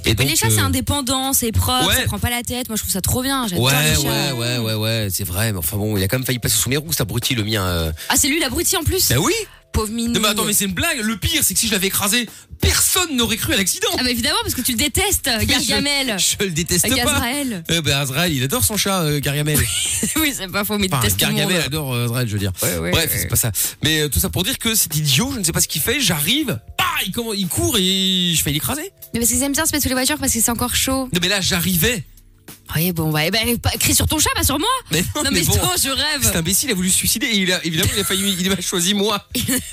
S1: Et
S3: Mais
S1: donc,
S3: les chats, c'est
S1: euh,
S3: indépendant, c'est propre,
S1: Ouais.
S3: ça prend pas la tête. Moi, je trouve ça trop bien. J'adore
S1: Ouais,
S3: les
S1: ouais,
S3: chats.
S1: ouais, ouais, ouais, c'est vrai. Mais enfin bon, il a quand même failli passer sous mes roues, cet abruti, le mien. euh.
S3: Ah, c'est lui l'abruti en plus.
S1: Bah oui
S3: Pauvre minou.
S1: Non, mais attends, mais c'est une blague. Le pire, c'est que si je l'avais écrasé, personne n'aurait cru à l'accident.
S3: Ah, bah évidemment, parce que tu le détestes, Gargamel.
S1: Je, je le déteste pas.
S3: Gazrael.
S1: Euh, bah, Azrael, il adore son chat, euh, Gargamel.
S3: oui, c'est pas faux, mais il
S1: Enfin,
S3: déteste tout le monde.
S1: Gargamel adore euh, Azrael, je veux dire. Bref, c'est pas ça. Mais euh, tout ça pour dire que cet idiot, je ne sais pas ce qu'il fait, j'arrive, bah, il, comment, il court et je fais l'écraser.
S3: Mais parce qu'ils aiment bien se mettre sous les voitures parce que c'est encore chaud.
S1: Non, mais là, j'arrivais.
S3: Oui, bon, bah, eh ben, pas- crie sur ton chat, pas sur moi.
S1: Mais non,
S3: Non, mais,
S1: mais bon.
S3: attends, je
S1: Cet
S3: rêve.
S1: imbécile a voulu se suicider et il a, évidemment, il a failli, il m'a choisi moi.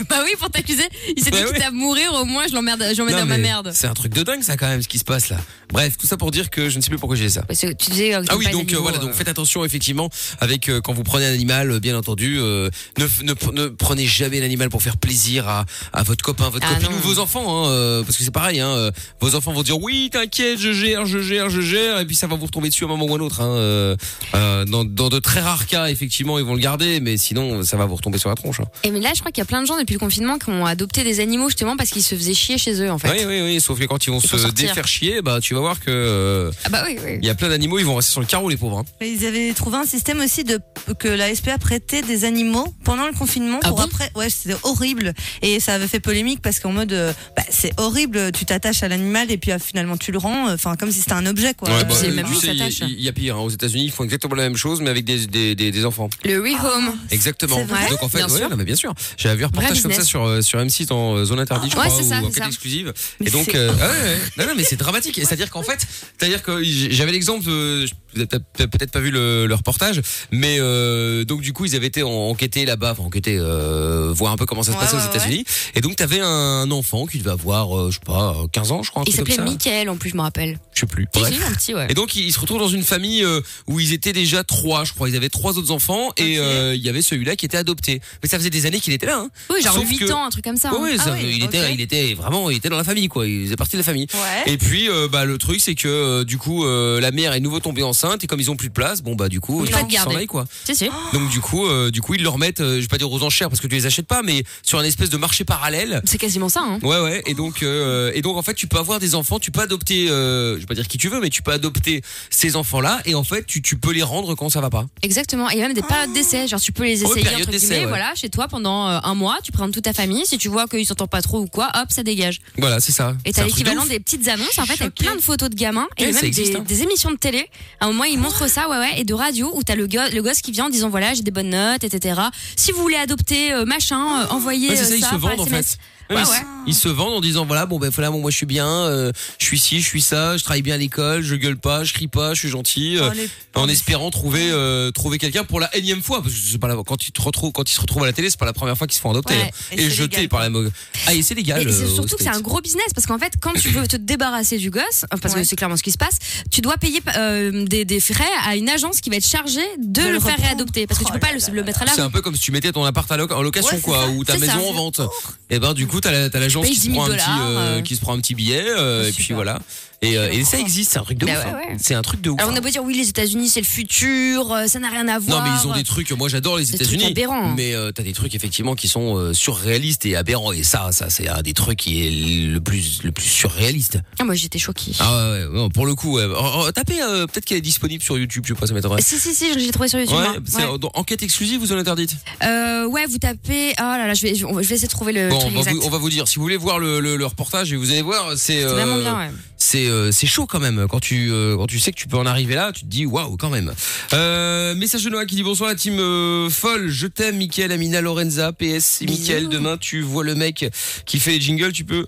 S3: bah oui, pour t'accuser. Il s'est dit
S1: Bah
S3: quitte à mourir, au moins, je l'emmerde, j'emmène
S1: Non,
S3: dans ma
S1: mais
S3: merde.
S1: C'est un truc de dingue, ça, quand même, ce qui se passe là. Bref, tout ça pour dire que je ne sais plus pourquoi j'ai dit ça.
S3: Parce que tu disais. euh, que
S1: Ah
S3: t'aimes
S1: oui,
S3: pas les
S1: donc euh,
S3: animaux,
S1: voilà,
S3: euh.
S1: donc faites attention effectivement avec euh, quand vous prenez un animal, euh, bien entendu, euh, ne, f- ne, pr- ne prenez jamais l'animal pour faire plaisir à, à votre copain, votre
S3: Ah
S1: copine
S3: non.
S1: ou vos enfants, hein, euh, parce que c'est pareil, hein, euh, vos enfants vont dire oui, t'inquiète, je gère, je gère, je gère, et puis ça va vous retomber dessus à un moment ou à un autre. Hein, euh, euh, dans, dans de très rares cas, effectivement, ils vont le garder, mais sinon ça va vous retomber sur la tronche. hein.
S3: Et mais là, je crois qu'il y a plein de gens depuis le confinement qui ont adopté des animaux justement parce qu'ils se faisaient chier chez eux en fait.
S1: Oui, oui, oui, sauf que quand ils vont
S3: Ils
S1: se
S3: vont sortir.
S1: défaire chier, bah tu vas voir que euh,
S3: Ah bah oui, oui.
S1: il y a plein d'animaux, ils vont rester sur le carreau les pauvres. hein.
S4: Mais ils avaient trouvé un système aussi de que la SPA prêtait des animaux pendant le confinement
S3: Ah
S4: pour
S3: bon
S4: après. Ouais, c'était horrible et ça avait fait polémique parce qu'en mode euh, bah, c'est horrible, tu t'attaches à l'animal et puis ah, finalement tu le rends, enfin comme si c'était un objet quoi.
S3: Ouais, bah, c'est le même
S1: euh, tu
S3: jeu,
S1: sais,
S3: ça
S1: il
S3: tâche.
S1: il y a pire. hein. Aux États-Unis, ils font exactement la même chose, mais avec des, des, des, des enfants.
S3: Le rehome.
S1: Exactement.
S4: C'est vrai
S1: Donc en fait,
S3: Bien
S1: ouais,
S3: sûr.
S1: non, mais bien sûr. J'avais vu un reportage
S3: Vrai
S1: comme ça
S3: business.
S1: sur euh, sur M6 en euh, zone interdite, je
S3: Ouais,
S1: crois,
S3: c'est ça,
S1: ou
S3: c'est
S1: enquête
S3: ça.
S1: exclusive.
S4: Mais
S1: et donc,
S4: c'est
S1: euh, ah ouais, ouais. non, non, mais c'est dramatique. Et c'est-à-dire qu'en fait, c'est-à-dire que j- j'avais l'exemple, de- vous avez peut-être peut-être pas vu le, le reportage, mais euh, donc du coup, ils avaient été en- enquêtés là-bas, enfin enquêtés, euh, voir un peu comment ça se
S4: Ouais,
S1: passait
S4: ouais,
S1: aux
S4: ouais.
S1: États-Unis. Et donc, t'avais un enfant qui devait avoir, euh, je sais pas, euh, 15 ans, je crois. un
S3: Il
S1: truc comme
S3: s'appelait
S1: ça.
S3: Michael en plus, je me rappelle.
S1: Je sais plus.
S3: Si,
S1: Bref.
S3: si, un petit, ouais.
S1: Et donc ils se retrouvent dans une famille euh, où ils étaient déjà trois, je crois. Ils avaient trois autres enfants et euh, il y avait celui-là qui était adopté. Mais ça faisait des années qu'il était là. Hein.
S3: Oui, genre
S1: Sauf
S3: 8
S1: que-
S3: ans, un truc comme ça.
S1: Ouais,
S3: hein.
S1: ouais,
S4: Ah
S1: ça-
S4: oui,
S1: il était,
S4: ok.
S1: il était vraiment, il était dans la famille quoi. Il faisait partie de la famille.
S4: Ouais.
S1: Et puis euh, bah le truc c'est que euh, du coup euh, la mère est nouveau tombée enceinte et comme ils ont plus de place, bon bah du coup
S3: Ils
S1: ils
S3: peuvent
S1: s'en
S3: garder.
S1: aillent, quoi.
S3: Si, si.
S1: Donc du coup euh, du coup ils le remettent, euh, je vais pas dire aux enchères parce que tu les achètes pas, mais sur un espèce de marché parallèle.
S3: C'est quasiment ça, hein.
S1: Ouais ouais et donc euh, et donc en fait tu peux avoir des enfants tu peux adopter euh, je vais pas dire qui tu veux mais tu peux adopter ces enfants là et en fait tu, tu peux les rendre quand ça va pas
S3: Exactement. Et même des périodes d'essai. Genre, tu peux les
S1: Oh,
S3: essayer,
S1: période
S3: entre
S1: d'essai,
S3: guillemets,
S1: ouais.
S3: voilà, chez toi pendant euh, un mois. Tu prends toute ta famille. Si tu vois qu'ils s'entendent pas trop ou quoi, hop, ça dégage.
S1: voilà c'est ça
S3: Et
S1: C'est
S3: t'as
S1: un truc de
S3: l'équivalent
S1: ouf.
S3: des petites annonces, en fait, avec
S4: Choquée.
S3: plein de photos de gamins. Et
S1: Ouais, ça
S3: même
S1: existe,
S3: des,
S1: hein.
S3: des émissions de télé. À un moment, ils montrent ça, ouais, ouais. Et de radio, où t'as le, go- le gosse qui vient en disant, voilà, j'ai des bonnes notes, etc. Si vous voulez adopter, euh, machin, euh, envoyez.
S1: Ouais, c'est
S3: euh,
S1: ça, ils
S3: ça
S1: se
S3: par
S1: vendent en
S3: SMS.
S1: fait Ouais,
S3: Ouais,
S1: ils,
S3: ouais.
S1: ils se vendent en disant voilà bon ben voilà bon, moi je suis bien euh, je suis ci je suis ça je travaille bien à l'école je gueule pas je crie pas je suis gentil euh,
S4: Oh, les-
S1: en espérant trouver euh, trouver quelqu'un pour la énième fois parce que c'est pas la, quand ils te retrouvent quand ils se retrouvent à la télé c'est pas la première fois qu'ils se font adopter
S3: Ouais,
S1: hein.
S4: et
S1: et,
S4: c'est
S1: jetés
S4: légal,
S1: par la mo- ah et c'est légal
S3: Et c'est
S1: euh, aux
S3: surtout que c'est
S1: States.
S3: un gros business parce qu'en fait, quand tu veux te débarrasser du gosse, euh, parce
S4: Ouais.
S3: que c'est clairement ce qui se passe, tu dois payer euh, des, des frais à une agence qui va être chargée de,
S4: De
S3: le,
S4: le
S3: faire
S4: reprendre.
S3: réadopter parce que tu
S4: Oh
S3: peux pas
S4: là
S3: le,
S4: là
S3: le mettre à la
S1: C'est
S3: rue.
S1: un peu comme si tu mettais ton appart à lo- en location
S4: Ouais, c'est
S1: quoi,
S4: ça.
S1: ou ta
S3: C'est
S1: maison
S3: ça.
S1: en vente. Et ben du coup t'as la- t'as l'agence
S3: Tu payes
S1: qui, se
S3: 10 000
S1: prend un petit, euh,
S3: dollars, euh.
S1: qui se prend un petit billet euh, et puis
S4: super.
S1: voilà. Et, euh, et ça existe, c'est un truc de
S3: Bah
S1: ouf.
S3: ouais,
S1: hein.
S3: ouais.
S1: C'est un truc de ouf.
S3: Alors on
S1: hein.
S3: a beau dire oui, les États-Unis c'est le futur, euh, ça n'a rien à
S1: Non
S3: voir.
S1: mais ils ont des trucs. Moi j'adore les
S3: Des trucs
S1: États-Unis,
S3: aberrants, hein.
S1: mais euh, t'as des trucs effectivement qui sont euh, surréalistes et aberrants. Et ça, ça c'est un des trucs qui est le plus le plus surréaliste.
S3: Ah, moi j'étais choquée.
S1: Ah ouais, ouais, non, pour le coup, ouais. Oh, oh, tapez euh, peut-être qu'elle est disponible sur YouTube. Je sais pas, ça m'étonnerait.
S3: Si si si, je l'ai trouvé sur YouTube.
S1: Ouais,
S3: hein.
S1: c'est
S3: Ouais.
S1: euh, dans enquête exclusive ou zone interdite.
S3: Euh, ouais, vous tapez. Oh là là, je vais je vais essayer de trouver le
S1: Bon, on
S3: truc
S1: va,
S3: exact.
S1: vous, on va vous dire. Si vous voulez voir le, le- le reportage, et vous allez voir, c'est
S3: C'est vraiment
S1: euh,
S3: bien. Ouais.
S1: c'est euh, c'est chaud quand même quand tu euh, quand tu sais que tu peux en arriver là tu te dis waouh quand même euh, message de Noah qui dit bonsoir la team euh, folle je t'aime Mickaël Amina Lorenza PS si Mickaël demain tu vois le mec qui fait les jingles tu peux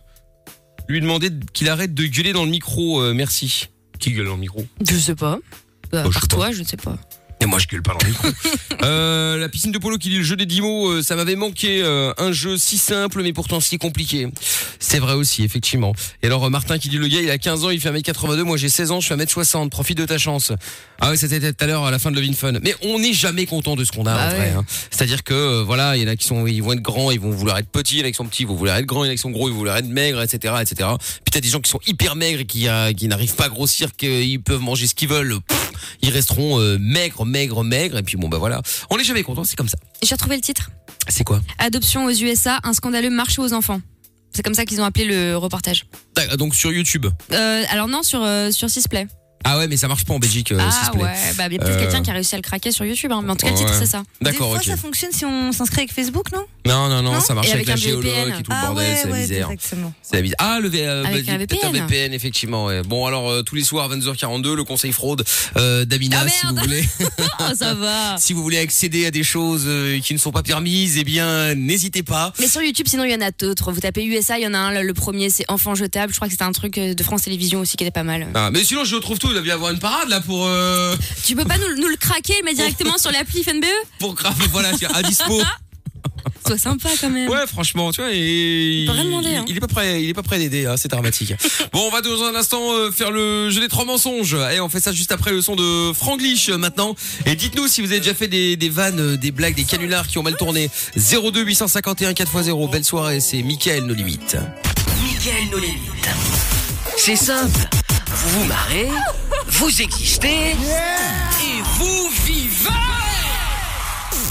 S1: lui demander qu'il arrête de gueuler dans le micro euh, merci qui gueule dans le micro
S3: Je sais pas. Bah,
S1: Bah, je sais
S3: par
S1: pas.
S3: toi, je ne sais pas.
S1: et moi, je gueule pas dans le micro. Euh, la piscine de Polo qui dit le jeu des 10 mots, euh, ça m'avait manqué. euh, un jeu si simple, mais pourtant si compliqué. C'est vrai aussi, effectivement. Et alors, euh, Martin qui dit le gars, il a 15 ans, il fait 1m82. Moi, j'ai 16 ans, je fais 1m60. Profite de ta chance. Ah oui, c'était tout à l'heure à la fin de Love in Fun. Mais on n'est jamais content de ce qu'on a,
S3: Bah
S1: en vrai.
S3: ouais.
S1: hein. C'est-à-dire que, euh, voilà, il y en a qui sont, ils vont être grands, ils vont vouloir être petits, il y en a qui sont petits, ils vont vouloir être grands, il y en a qui sont gros, ils vont vouloir être maigres, etc., etc. Puis t'as des gens qui sont hyper maigres et qui, euh, qui n'arrivent pas à grossir, qu'ils peuvent manger ce qu'ils veulent. Pff, ils resteront euh, maigres, maigres, maigres. Et puis bon, bah voilà. On n'est jamais content, c'est comme ça.
S3: J'ai retrouvé le titre.
S1: C'est quoi
S3: Adoption aux USA, un scandaleux marché aux enfants. C'est comme ça qu'ils ont appelé le reportage.
S1: D'accord, Ah, Donc sur YouTube.
S3: Euh, alors non, sur, euh, sur Sisplay.
S1: Ah ouais, mais ça marche pas en Belgique, euh, s'il
S3: ah
S1: te plaît.
S3: ouais, bah, il y a peut-être
S1: Euh.
S3: quelqu'un qui a réussi à le craquer sur YouTube. hein. Mais en tout cas, le titre,
S1: Ouais.
S3: c'est ça.
S1: D'accord,
S4: Des fois,
S1: ok.
S4: ça fonctionne si on s'inscrit avec Facebook, non
S1: Non, non, non,
S4: Non
S1: ça marche
S3: Et
S1: avec,
S3: avec
S1: la
S3: un
S1: géologue
S3: VPN.
S1: et tout le
S4: Ah
S1: bordel,
S4: ouais,
S1: c'est la
S4: ouais,
S1: misère.
S4: exactement.
S1: C'est la misère. Ah, le V- euh,
S3: Avec
S1: vas-y,
S3: un
S1: peut-être
S3: VPN.
S1: VPN, effectivement. ouais. Bon, alors, euh, tous les soirs, 22h42, le conseil fraude euh, d'Amina,
S3: Ah,
S1: si vous
S3: merde.
S1: voulez.
S3: Ah, ça va.
S1: si vous voulez accéder à des choses euh, qui ne sont pas permises, eh bien, n'hésitez pas.
S3: Mais sur YouTube, sinon, il y en a d'autres. Vous tapez USA, il y en a un. Le le premier, c'est Enfant jetable. Je crois que c'était un truc euh, de France Télévisions aussi qui était pas mal.
S1: Ah, mais sinon, je retrouve tout. Il devait y avoir une parade, là, pour, euh,
S3: Tu peux pas nous, nous le craquer, mais directement sur l'appli FNBE
S1: pour grave, voilà, tiens, à dispo.
S3: E? Sois sympa quand même.
S1: Ouais, franchement, tu vois, et-
S3: peut rien demander, hein.
S1: il, il est pas prêt, il est pas prêt d'aider, hein, c'est dramatique. bon, on va dans un instant euh, faire le jeu des trois mensonges. Et on fait ça juste après le son de Franglish euh, maintenant. Et dites-nous si vous avez déjà fait des, des vannes, euh, des blagues, des canulars qui ont mal tourné. 02 851 4x0. Belle soirée, c'est Mickaël nos limites.
S2: Michael nos limites. C'est simple. Vous vous marrez, vous existez et vous vivez.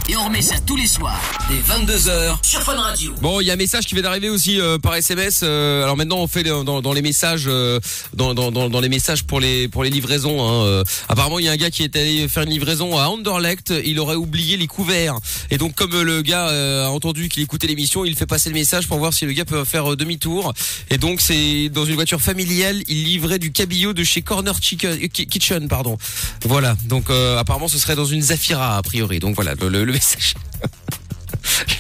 S2: Et on remet ça tous les soirs dès 22h sur Fun Radio.
S1: Bon, il y a un message qui vient d'arriver aussi euh, par SMS. euh, alors maintenant, on fait dans, dans- dans les messages, euh, dans, dans, dans, dans les messages pour les pour les livraisons. hein, euh. apparemment, il y a un gars qui est allé faire une livraison à Anderlecht. Il aurait oublié les couverts. Et donc, comme euh, le gars euh, a entendu qu'il écoutait l'émission, il fait passer le message pour voir si le gars peut faire euh, demi-tour. Et donc, c'est dans une voiture familiale. Il livrait du cabillaud de chez Corner Chicken- euh, Ki- Kitchen, pardon. Voilà. Donc, euh, apparemment, ce serait dans une Zafira a priori. Donc voilà, le, le- le message.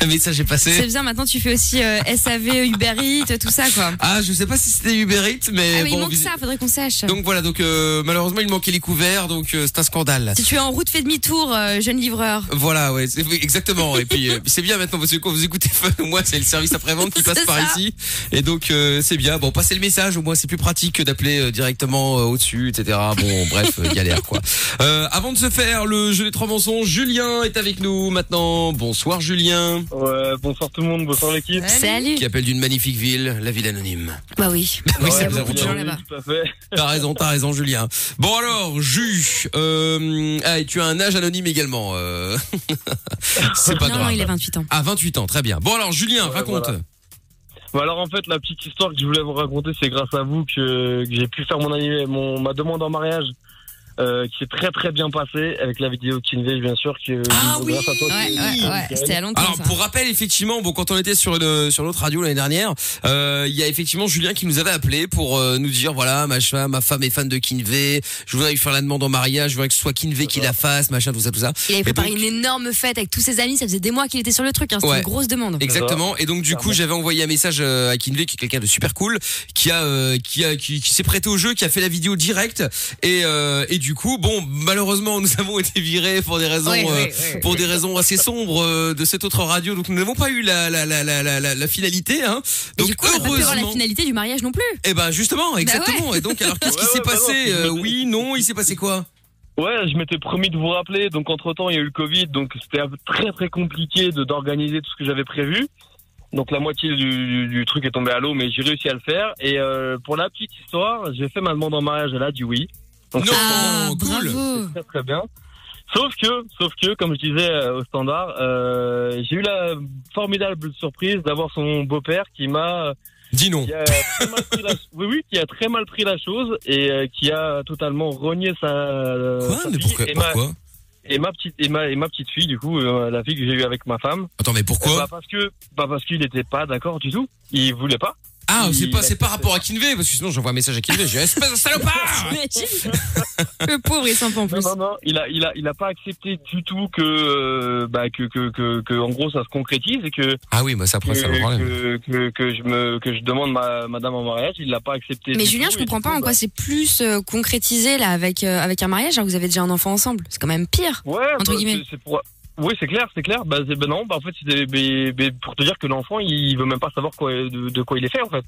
S1: le message est passé.
S3: C'est bien, maintenant tu fais aussi euh, SAV, Uber Eats, tout ça quoi.
S1: Ah, je sais pas si c'était Uber Eats, mais
S3: Ah oui,
S1: bon.
S3: il manque
S1: visi-
S3: ça, faudrait qu'on sache.
S1: Donc voilà, donc euh, malheureusement il manquait les couverts, donc euh, c'est un scandale.
S3: si tu es en route, fais demi-tour, euh, jeune livreur.
S1: Voilà, ouais, c'est- oui, exactement. Et puis euh, c'est bien maintenant parce que quand vous écoutez Fun, au moins c'est le service après vente qui passe
S3: C'est
S1: par
S3: ça.
S1: ici, et donc euh, c'est bien. Bon, passez le message, au moins c'est plus pratique que d'appeler euh, directement euh, au-dessus, etc. Bon, bref, euh, galère quoi. Euh, avant de se faire le jeu des trois mensonges, Julien est avec nous maintenant. Bonsoir Julien,
S8: Ouais, bonsoir tout le monde, bonsoir l'équipe.
S3: Salut.
S1: qui appelle d'une magnifique ville, la ville anonyme.
S3: Bah oui.
S1: Oui,
S3: il y
S1: ça
S3: a
S1: vous a
S3: beaucoup de
S1: entendu.
S3: gens là-bas.
S8: Tout à fait.
S1: T'as raison, t'as raison, Julien. Bon alors, Ju, euh, ah, et tu as un âge anonyme également. euh. C'est pas
S3: non, non,
S1: grave.
S3: il a 28 ans.
S1: Ah, 28 ans, très bien. Bon alors, Julien,
S8: Ouais,
S1: raconte.
S8: voilà. Bah alors en fait la petite histoire que je voulais vous raconter c'est grâce à vous que, que j'ai pu faire mon, anniv- mon ma demande en mariage euh, qui s'est très très bien passée avec la vidéo Kinvey bien sûr que
S1: Ah oui
S8: grâce à toi.
S3: Ouais, ouais, ouais. C'était à longtemps.
S1: Alors
S3: ça.
S1: pour rappel effectivement bon quand on était sur le sur l'autre radio l'année dernière euh, il y a effectivement Julien qui nous avait appelé pour euh, nous dire voilà ma femme ma femme est fan de Kinvey je voudrais lui faire la demande en mariage je voudrais que ce soit Kinvey qui la fasse machin tout ça tout ça
S3: Il avait
S1: Et
S3: préparé
S1: donc-
S3: une énorme fête avec tous ses amis, ça faisait des mois qu'il était sur le truc, hein, c'était
S1: Ouais.
S3: une grosse demande.
S1: Exactement. Et donc du coup, j'avais envoyé un message euh, à Kinvey, qui est quelqu'un de super cool, qui a, euh, qui a, qui, qui s'est prêté au jeu, qui a fait la vidéo directe. Et, euh, et du coup, bon, malheureusement, nous avons été virés pour des raisons,
S3: Ouais, ouais,
S1: euh,
S3: ouais.
S1: pour des raisons assez sombres euh, de cette autre radio. Donc nous n'avons pas eu la, la, la, la, la, la- la finalité. Hein.
S3: Et
S1: Donc
S3: du coup, on n'a pas pu voir la
S1: heureusement.
S3: finalité Bah du mariage non plus.
S1: Eh ben justement, exactement. Et donc alors, qu'est-ce qui
S8: Ouais,
S1: s'est
S8: ouais, bah
S1: passé
S8: non,
S1: Euh,
S8: je me-
S1: Oui, non, il s'est passé quoi
S8: Ouais, je m'étais promis de vous rappeler donc entre temps il y a eu le Covid donc c'était un peu très très compliqué de d'organiser tout ce que j'avais prévu. Donc la moitié du, du- du truc est tombée à l'eau mais j'ai réussi à le faire et euh, pour la petite histoire j'ai fait ma demande en mariage elle a dit oui. Donc,
S1: Non,
S3: ah,
S1: cool.
S3: bravo.
S8: très très bien. Sauf que, sauf que, comme je disais euh, au standard, euh, j'ai eu la formidable surprise d'avoir son beau-père qui m'a,
S1: Dis non.
S8: qui a très mal pris la, oui, oui, qui a très mal pris la chose et euh, qui a totalement renié sa, euh,
S1: Quoi
S8: sa
S1: Mais
S8: fille
S1: pourquoi,
S8: et, ma,
S1: pourquoi
S8: et ma petite et ma, et ma petite fille du coup, euh, la fille que j'ai eue avec ma femme.
S1: Attends, mais
S8: bah
S1: pourquoi
S8: parce que, bah parce qu'il n'était pas d'accord du tout. Il voulait pas.
S1: Ah, c'est
S8: il-
S1: pas, c'est pas rapport à Kinvey, parce que sinon j'envoie un message à Kinvey, je dis espèce de salopard
S3: T'imagines Le pauvre est sympa en
S8: Non,
S3: plus.
S8: non, non, il a, il a, il a pas accepté du tout que, euh, bah, que, que, que, que, en gros, ça se concrétise et que
S1: Ah oui, bah ça après, ça
S8: que,
S1: le problème.
S8: que, que, que je me que je demande ma madame en mariage, il l'a pas accepté.
S3: Mais
S8: du
S3: Julien,
S8: tout,
S3: je
S8: et
S3: comprends
S8: du
S3: pas
S8: coup, bah,
S3: en quoi c'est plus euh, concrétisé là avec, euh, avec un mariage alors que vous avez déjà un enfant ensemble. C'est quand même pire.
S8: bah, Ouais,
S3: entre
S8: bah,
S3: guillemets.
S8: c'est- c'est pour- Oui, c'est clair, c'est clair. Bah, c'est- bah non, bah en fait, c'était bah, bah, pour te dire que l'enfant, il veut même pas savoir quoi, de, de quoi il est fait en fait.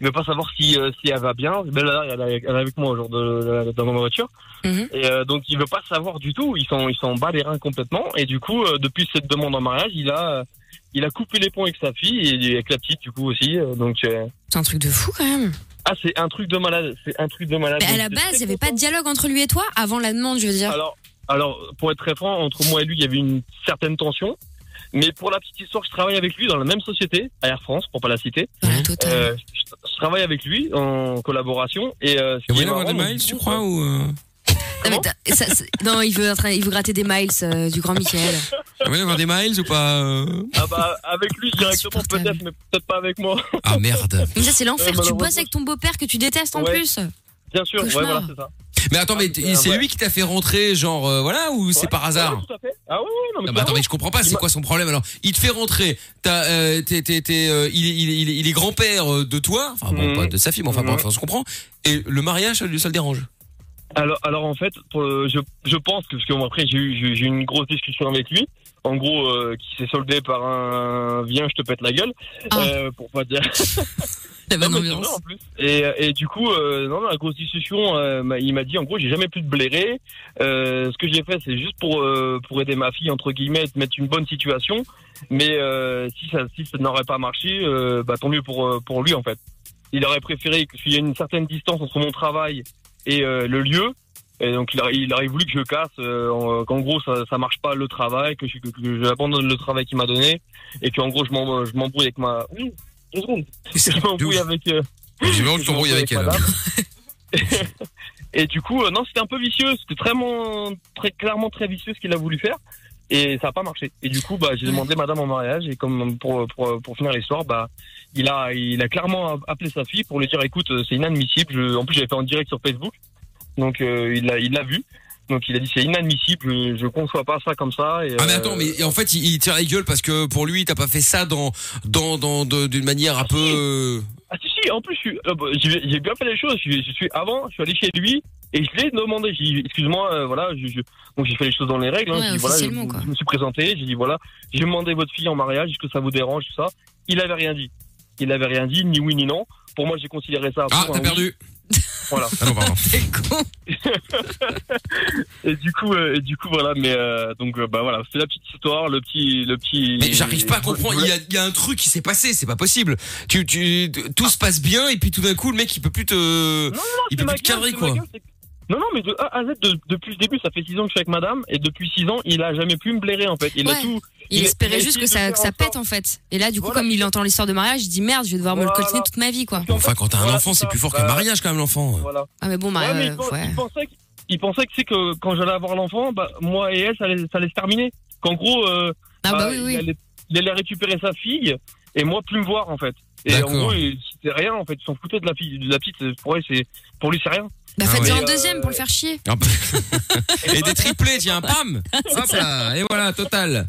S8: Il veut pas savoir si euh, si elle va bien. Ben là, elle est elle est avec moi au jour de dans ma voiture.
S3: Mhm.
S8: Et euh, donc, il veut pas savoir du tout. Il s'en il s'en bat les reins complètement. Et du coup, euh, depuis cette demande en mariage, il a il a coupé les ponts avec sa fille et avec la petite du coup aussi. Euh, Donc euh,
S3: C'est un truc de fou quand même.
S8: ah, c'est un truc de malade. C'est un truc de malade.
S3: Mais à
S8: Donc,
S3: la
S8: c'est
S3: base,
S8: très
S3: il n'y avait pas
S8: content.
S3: de dialogue entre lui et toi avant la demande, je veux dire.
S8: Alors, alors, pour être très franc, entre moi et lui, il y avait une certaine tension. Mais pour la petite histoire, je travaille avec lui dans la même société, à Air France, pour pas la citer.
S1: Hein
S3: Voilà, total.
S8: Euh, je, je travaille avec lui en collaboration et euh, ce qui est marrant, donc,
S1: tu crois ou euh,
S3: non, mais t'as- ça, c'est- non, il veut, attra- il veut gratter des miles euh, du grand Michael.
S1: avoir des miles ou pas euh
S8: ah bah, avec lui directement
S3: Insupportable.
S8: peut-être, mais peut-être pas avec moi.
S1: Ah merde.
S3: Mais ça, c'est l'enfer. tu
S8: Ouais, Euh, malheureusement.
S3: bosses avec ton beau-père que tu détestes en
S8: Ouais.
S3: plus.
S8: Bien sûr, ouais,
S3: Cauchemar.
S8: voilà, c'est ça.
S1: Mais attends, mais t-
S8: Ah,
S1: c'est
S8: ouais.
S1: lui qui t'a fait rentrer, genre euh, voilà, ou c'est
S8: Ouais.
S1: par
S8: Ah
S1: hasard
S8: ouais, tout à fait. Ah ouais,
S1: non,
S8: ouais, non, mais
S1: mais
S3: bah,
S8: clairement.
S1: attends, mais je comprends pas, c'est
S8: Il
S1: quoi son problème alors Il te fait rentrer, t'as, euh, t'es, t'es, t'es, euh, il, est- il est- il est- il est grand-père euh, de toi, enfin bon,
S8: Mhm.
S1: pas de sa fille, mais enfin
S8: Mhm.
S1: bref, on se comprend, et le mariage, ça, lui- ça le dérange.
S8: Alors, alors en fait, pour le- je, je pense que parce que bon, après j'ai eu j'ai- j'ai eu une grosse discussion avec lui, en gros euh, qui s'est soldée par un viens je te pète la gueule,
S3: Ah.
S8: euh, pour pas dire.
S3: La bonne
S8: Non, mais c'est
S3: ambiance.
S8: vrai, en plus. Et, euh, et du coup, euh, non, la grosse discussion, euh, m'a- il m'a dit en gros j'ai jamais pu te blairer. Euh, ce que j'ai fait c'est juste pour euh, pour aider ma fille entre guillemets, te mettre une bonne situation. Mais euh, si ça si ça n'aurait pas marché, euh, bah tant mieux pour euh, pour lui en fait. Il aurait préféré que- qu'il y ait une certaine distance entre mon travail et euh, le lieu. Et donc il aurait, il aurait voulu que je casse, euh, en- qu'en gros ça, ça marche pas le travail, que je- que- que j'abandonne le travail qu'il m'a donné et qu'en gros je m'en- je m'embrouille avec ma. Oui, deux secondes. Je m'embrouille avec. euh,
S1: J'ai
S8: que tu t'embrouilles avec madame.
S1: hein.
S8: Et du coup, euh, non, c'était un peu vicieux. C'était vraiment, très clairement très vicieux ce qu'il a voulu faire. Et ça n'a pas marché. Et du coup, bah, j'ai demandé madame en mariage. Et comme pour, pour, pour finir l'histoire, bah, il a, il a clairement appelé sa fille pour lui dire écoute, euh, c'est inadmissible. Je- en plus, j'avais fait en direct sur Facebook. Donc, euh, il l'a il l'a vu. Donc, il a dit c'est inadmissible. Je, je conçois pas ça comme ça. Et,
S1: Ah mais
S8: euh,
S1: attends, mais en fait, il, il tire la gueule parce que pour lui, t'as pas fait ça dans, dans, dans, de- d'une manière un peu. euh,
S8: Ah si si, en plus je suis- euh, bah, j'ai j'ai bien fait les choses. Je, je suis avant, je suis allé chez lui et je l'ai demandé. J'ai dit excuse-moi, euh, voilà, je, je- donc j'ai fait les choses dans les règles. hein.
S3: Ouais,
S8: J'ai dit, voilà, je,
S3: officiellement, quoi.
S8: je me suis présenté, j'ai dit voilà, j'ai demandé votre fille en mariage, est-ce que ça vous dérange tout ça Il avait rien dit. Il avait rien dit, ni oui ni non. Pour moi, j'ai considéré ça.
S1: Ah,
S8: pour
S1: t'as
S8: un oui.
S1: perdu.
S8: Voilà.
S1: Ah non, pardon.
S3: T'es con.
S8: Et du coup, euh, et du coup voilà, mais euh, donc euh, bah voilà, c'est la petite histoire, le petit, le petit.
S1: Mais j'arrive pas à comprendre. Il y a, il y a un truc qui s'est passé, c'est pas possible. Tu, tu, tout se passe bien et puis tout d'un coup, le mec, il peut plus te.
S8: Non, non,
S1: il
S8: C'est
S1: peut
S8: ma
S1: plus te
S8: gueule,
S1: cadrer
S8: c'est
S1: quoi.
S8: ma gueule, c'est- Non, non, mais de A à Z, de- depuis le début, ça fait 6 ans que je suis avec madame, et depuis 6 ans, il a jamais pu me blairer, en fait. Il a
S3: Ouais.
S8: tout.
S3: Il
S8: Il- il
S3: espérait
S8: a
S3: juste que
S8: essayé de
S3: ça,
S8: faire
S3: que ça
S8: en
S3: pète en fait. Et là, du coup,
S8: Voilà.
S3: comme il entend l'histoire de mariage, il dit merde, je vais devoir me le
S8: Voilà.
S3: coltiner toute ma vie quoi.
S1: Enfin, quand t'as un
S8: Voilà,
S1: enfant,
S8: c'est
S1: c'est
S8: ça.
S1: plus fort
S8: Bah,
S1: qu'un mariage quand même, l'enfant.
S8: Voilà.
S3: Ah, mais bon, bah,
S8: Ouais, mais il,
S3: euh,
S8: pense-
S3: ouais.
S8: il pensait que, il pensait que c'est que quand j'allais avoir l'enfant, bah, moi et elle, ça allait, ça allait se terminer. Qu'en gros, euh,
S3: Ah, bah
S8: bah,
S3: oui,
S8: Il,
S3: oui.
S8: allait, il allait récupérer sa fille, et moi, plus me voir, en fait. Et en
S1: D'accord.
S8: gros, il- c'était rien, en fait. Ils s'en foutaient de la, fille, de la petite. Pour, elle, c'est- pour lui, c'est rien.
S3: Bah,
S1: Ah,
S3: faites-en
S8: ouais.
S3: un deuxième pour le faire chier.
S1: Ah, bah. et des triplés, tiens, pam Hop là, et voilà, total.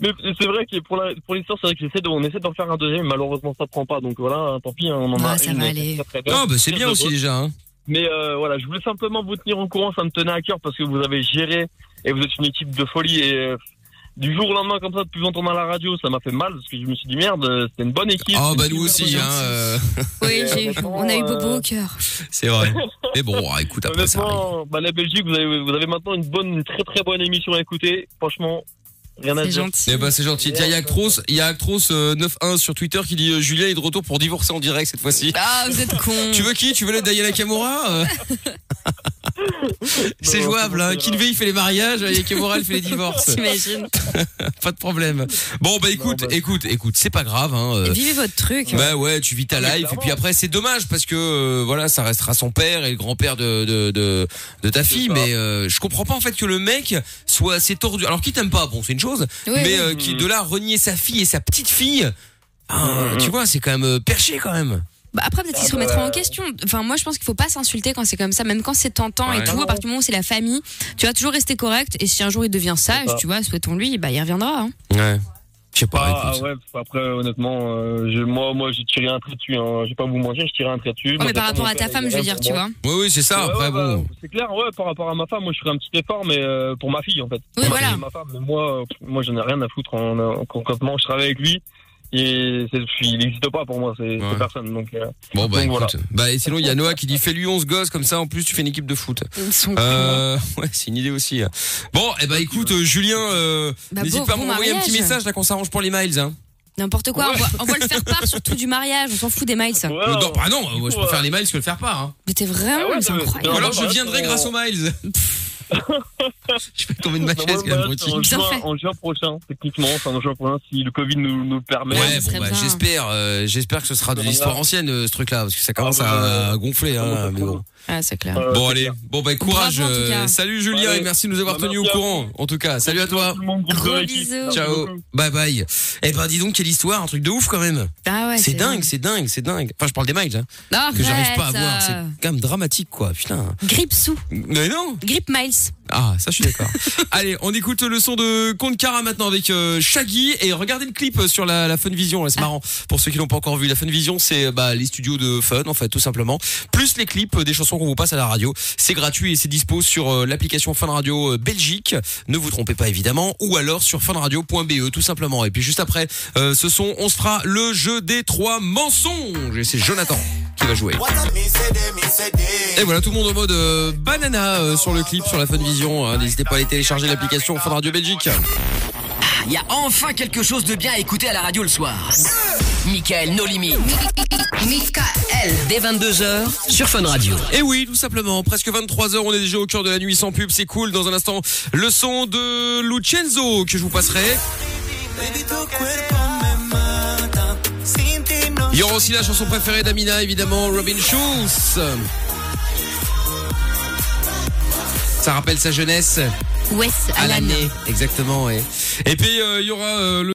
S8: Mais c'est vrai que pour la- pour l'histoire, c'est vrai que j'essaie de, on essaie d'en faire un deuxième, mais malheureusement ça prend pas, donc voilà, hein, tant pis, hein, on en
S3: Ouais,
S8: a
S3: ça
S8: une,
S3: va
S8: mais
S3: aller.
S8: c'est très bien.
S1: Non, bah c'est bien aussi déjà. Hein.
S8: Mais euh, voilà, je voulais simplement vous tenir au courant, ça me tenait à cœur parce que vous avez géré et vous êtes une équipe de folie et euh, du jour au lendemain comme ça, depuis entendre à la radio, ça m'a fait mal parce que je me suis dit merde, euh, c'était une bonne équipe.
S1: Oh bah
S8: Une
S1: nous
S8: super
S1: aussi,
S8: bonne
S1: hein. euh,
S3: Oui,
S8: euh,
S3: j'ai-
S8: honnêtement,
S3: on a eu
S8: euh,
S3: Bobo au cœur.
S1: c'est vrai. Mais bon, ah, écoute, après ça arrive.
S8: Honnêtement, bah, la Belgique, vous avez, vous avez maintenant une bonne, une très très bonne émission à écouter. Franchement, rien à
S3: C'est
S8: dire.
S3: gentil.
S1: Eh ben c'est gentil. Tiens, il y a Actros, il y a Actros euh, 91 sur Twitter qui dit euh, Julien est de retour pour divorcer en direct cette fois-ci.
S3: Ah, vous êtes con.
S1: Tu veux qui Tu veux le Diana Kamura Euh, C'est
S8: Non,
S1: jouable, hein.
S8: c'est bon, c'est
S1: Kinvey il fait les mariages, Yaya Kamura elle fait les divorces.
S3: T'imagines.
S1: Pas de problème. Bon bah écoute,
S8: Non, bah-
S1: écoute, écoute, c'est pas grave. Hein. euh,
S3: Vivez votre truc.
S1: Bah ouais, tu vis ta
S8: Ah, mais
S1: life et
S8: clairement.
S1: puis après c'est dommage parce que euh, voilà, ça restera son père et le grand-père de de de, de ta fille
S8: ça.
S1: mais euh, je comprends pas en fait que le mec soit assez tordu. Alors qu'il t'aime pas, bon, c'est une chose,
S3: Oui,
S1: mais
S3: oui.
S1: euh, qui de là à renier sa fille et sa petite-fille ah,
S8: Mm.
S1: tu vois, c'est quand même euh, perché quand même.
S3: Bah, après, peut-être qu'ils se remettront en question. Enfin, moi, je pense qu'il faut pas s'insulter quand c'est comme ça, même quand c'est tentant
S1: Ouais.
S3: et tout. À partir du moment où c'est la famille, tu vas toujours rester correct. Et si un jour il devient sage,
S8: ça.
S3: tu vois, souhaitons-lui, bah, il reviendra. hein.
S1: Ouais. Je sais pas,
S8: Ah,
S1: écoute.
S8: ah ouais, parce qu'après honnêtement, euh, je- moi, moi j'ai tiré un trait dessus, hein. je vais pas vous mentir, j'ai tiré un trait dessus.
S3: Oh,
S8: Moi,
S3: mais par
S8: j'attends
S3: rapport
S8: mon
S3: à ta
S8: père,
S3: femme,
S8: il
S3: je veux
S8: reste
S3: dire,
S8: pour
S3: tu
S8: moi.
S3: vois.
S1: Oui oui, c'est ça,
S8: hein. Ouais,
S1: après
S8: ouais, bah,
S1: bon.
S8: C'est clair, ouais, par rapport à ma femme, moi je ferai un petit effort, mais euh, pour ma fille en fait.
S3: Oui,
S8: Ma
S3: voilà.
S8: fille
S1: bah,
S8: et Ma femme, mais moi, euh, pff, moi j'en ai rien à foutre en, en- concrètement, je travaille avec lui. Et c'est- il n'existe pas pour moi, c'est c'est
S1: Ouais.
S8: personne. Donc, euh,
S1: Bon bah
S8: Donc, voilà.
S1: écoute. Bah et sinon il y a Noah qui dit fais-lui 11 gosses comme ça en plus tu fais une équipe de foot.
S3: Ils sont
S1: Euh, ouais, c'est une idée aussi. hein. Bon, et bah écoute euh, Julien euh,
S3: Bah,
S1: n'hésite
S3: bon-
S1: pas à
S3: bon
S1: m'envoyer un petit
S3: mariage.
S1: message là qu'on s'arrange pour les miles hein.
S3: N'importe quoi, on, va, on va le faire part surtout du mariage, on s'en fout des miles.
S8: voilà.
S1: Euh, non, bah non, moi, je
S8: coup,
S1: préfère
S8: euh,
S1: les miles que le faire part hein.
S3: Mais t'es vraiment,
S8: Ah ouais,
S3: c'est
S8: non, mais-
S1: Ou
S3: incroyable.
S1: alors je
S8: bah,
S1: viendrai
S8: on-
S1: grâce aux miles. Je fais tomber de ma chaise,
S8: Normalement,
S1: quand même,
S8: voilà, c'est
S1: Brutti.
S8: en,
S3: Bien
S8: juin,
S3: fait.
S8: en juin prochain, techniquement, enfin en juin prochain, si le Covid nous, nous le permet.
S1: Ouais,
S3: ce
S1: bon,
S3: serait
S1: bah,
S3: bien.
S1: j'espère, euh, j'espère que ce sera de l'histoire ancienne, euh, ce truc-là, parce que ça commence
S8: Ah, bah,
S1: à, à gonfler,
S8: commence à
S1: hein, mais bon.
S8: prendre.
S3: Ah, c'est clair.
S8: Euh,
S1: Bon
S8: c'est
S1: allez,
S8: clair.
S1: bon bah courage.
S3: Bravo, en tout
S1: euh,
S3: cas.
S1: salut Julien
S8: Ouais.
S1: et merci de nous avoir
S8: Bah,
S1: tenus au
S8: merci à
S1: courant. En tout cas, salut à toi.
S8: Tout le monde, groupe de
S3: Gros
S8: l'équipe.
S3: bisous.
S8: Merci
S1: Ciao,
S8: beaucoup.
S1: bye bye. Eh ben dis donc quelle histoire, un truc de ouf quand même.
S3: Ah ouais,
S1: c'est dingue, c'est dingue, c'est dingue. Enfin je parle des miles hein,
S3: Non,
S1: que j'arrive
S3: arrête,
S1: pas à voir, c'est
S3: euh,
S1: quand même dramatique quoi, putain.
S3: Grippe sous,
S1: Mais non.
S3: grippe Miles.
S1: Ah ça je suis d'accord. allez, on écoute le son de Conte Cara maintenant avec euh, Shaggy et regardez le clip euh, sur la, la Fun Vision, là, c'est marrant. Pour ceux qui l'ont pas encore vu, la Fun Vision c'est euh, bah, les studios de Fun en fait tout simplement. Plus les clips euh, des chansons qu'on vous passe à la radio. C'est gratuit et c'est dispo sur euh, l'application Fun Radio euh, Belgique. Ne vous trompez pas évidemment ou alors sur funradio.be tout simplement. Et puis juste après euh, ce son, on se fera le jeu des trois mensonges et c'est Jonathan qui va jouer. Et voilà tout le monde en mode euh, banana euh, sur le clip sur la Fun Vision. hein. N'hésitez pas à aller télécharger l'application Fun Radio Belgique.
S2: Il y a enfin quelque chose de bien à écouter à la radio le soir. Michael No Limit. Michael. Dès 22h sur Fun Radio.
S1: Et oui, tout simplement. Presque 23h, on est déjà au cœur de la nuit sans pub, c'est cool. Dans un instant, le son de Lucenzo que je vous passerai. Il y aura aussi la chanson préférée d'Amina, évidemment, Robin Schulz. Ça rappelle sa jeunesse
S3: Wes
S1: à
S3: Alan.
S1: l'année. Exactement, ouais. Et puis, euh, il y aura euh, le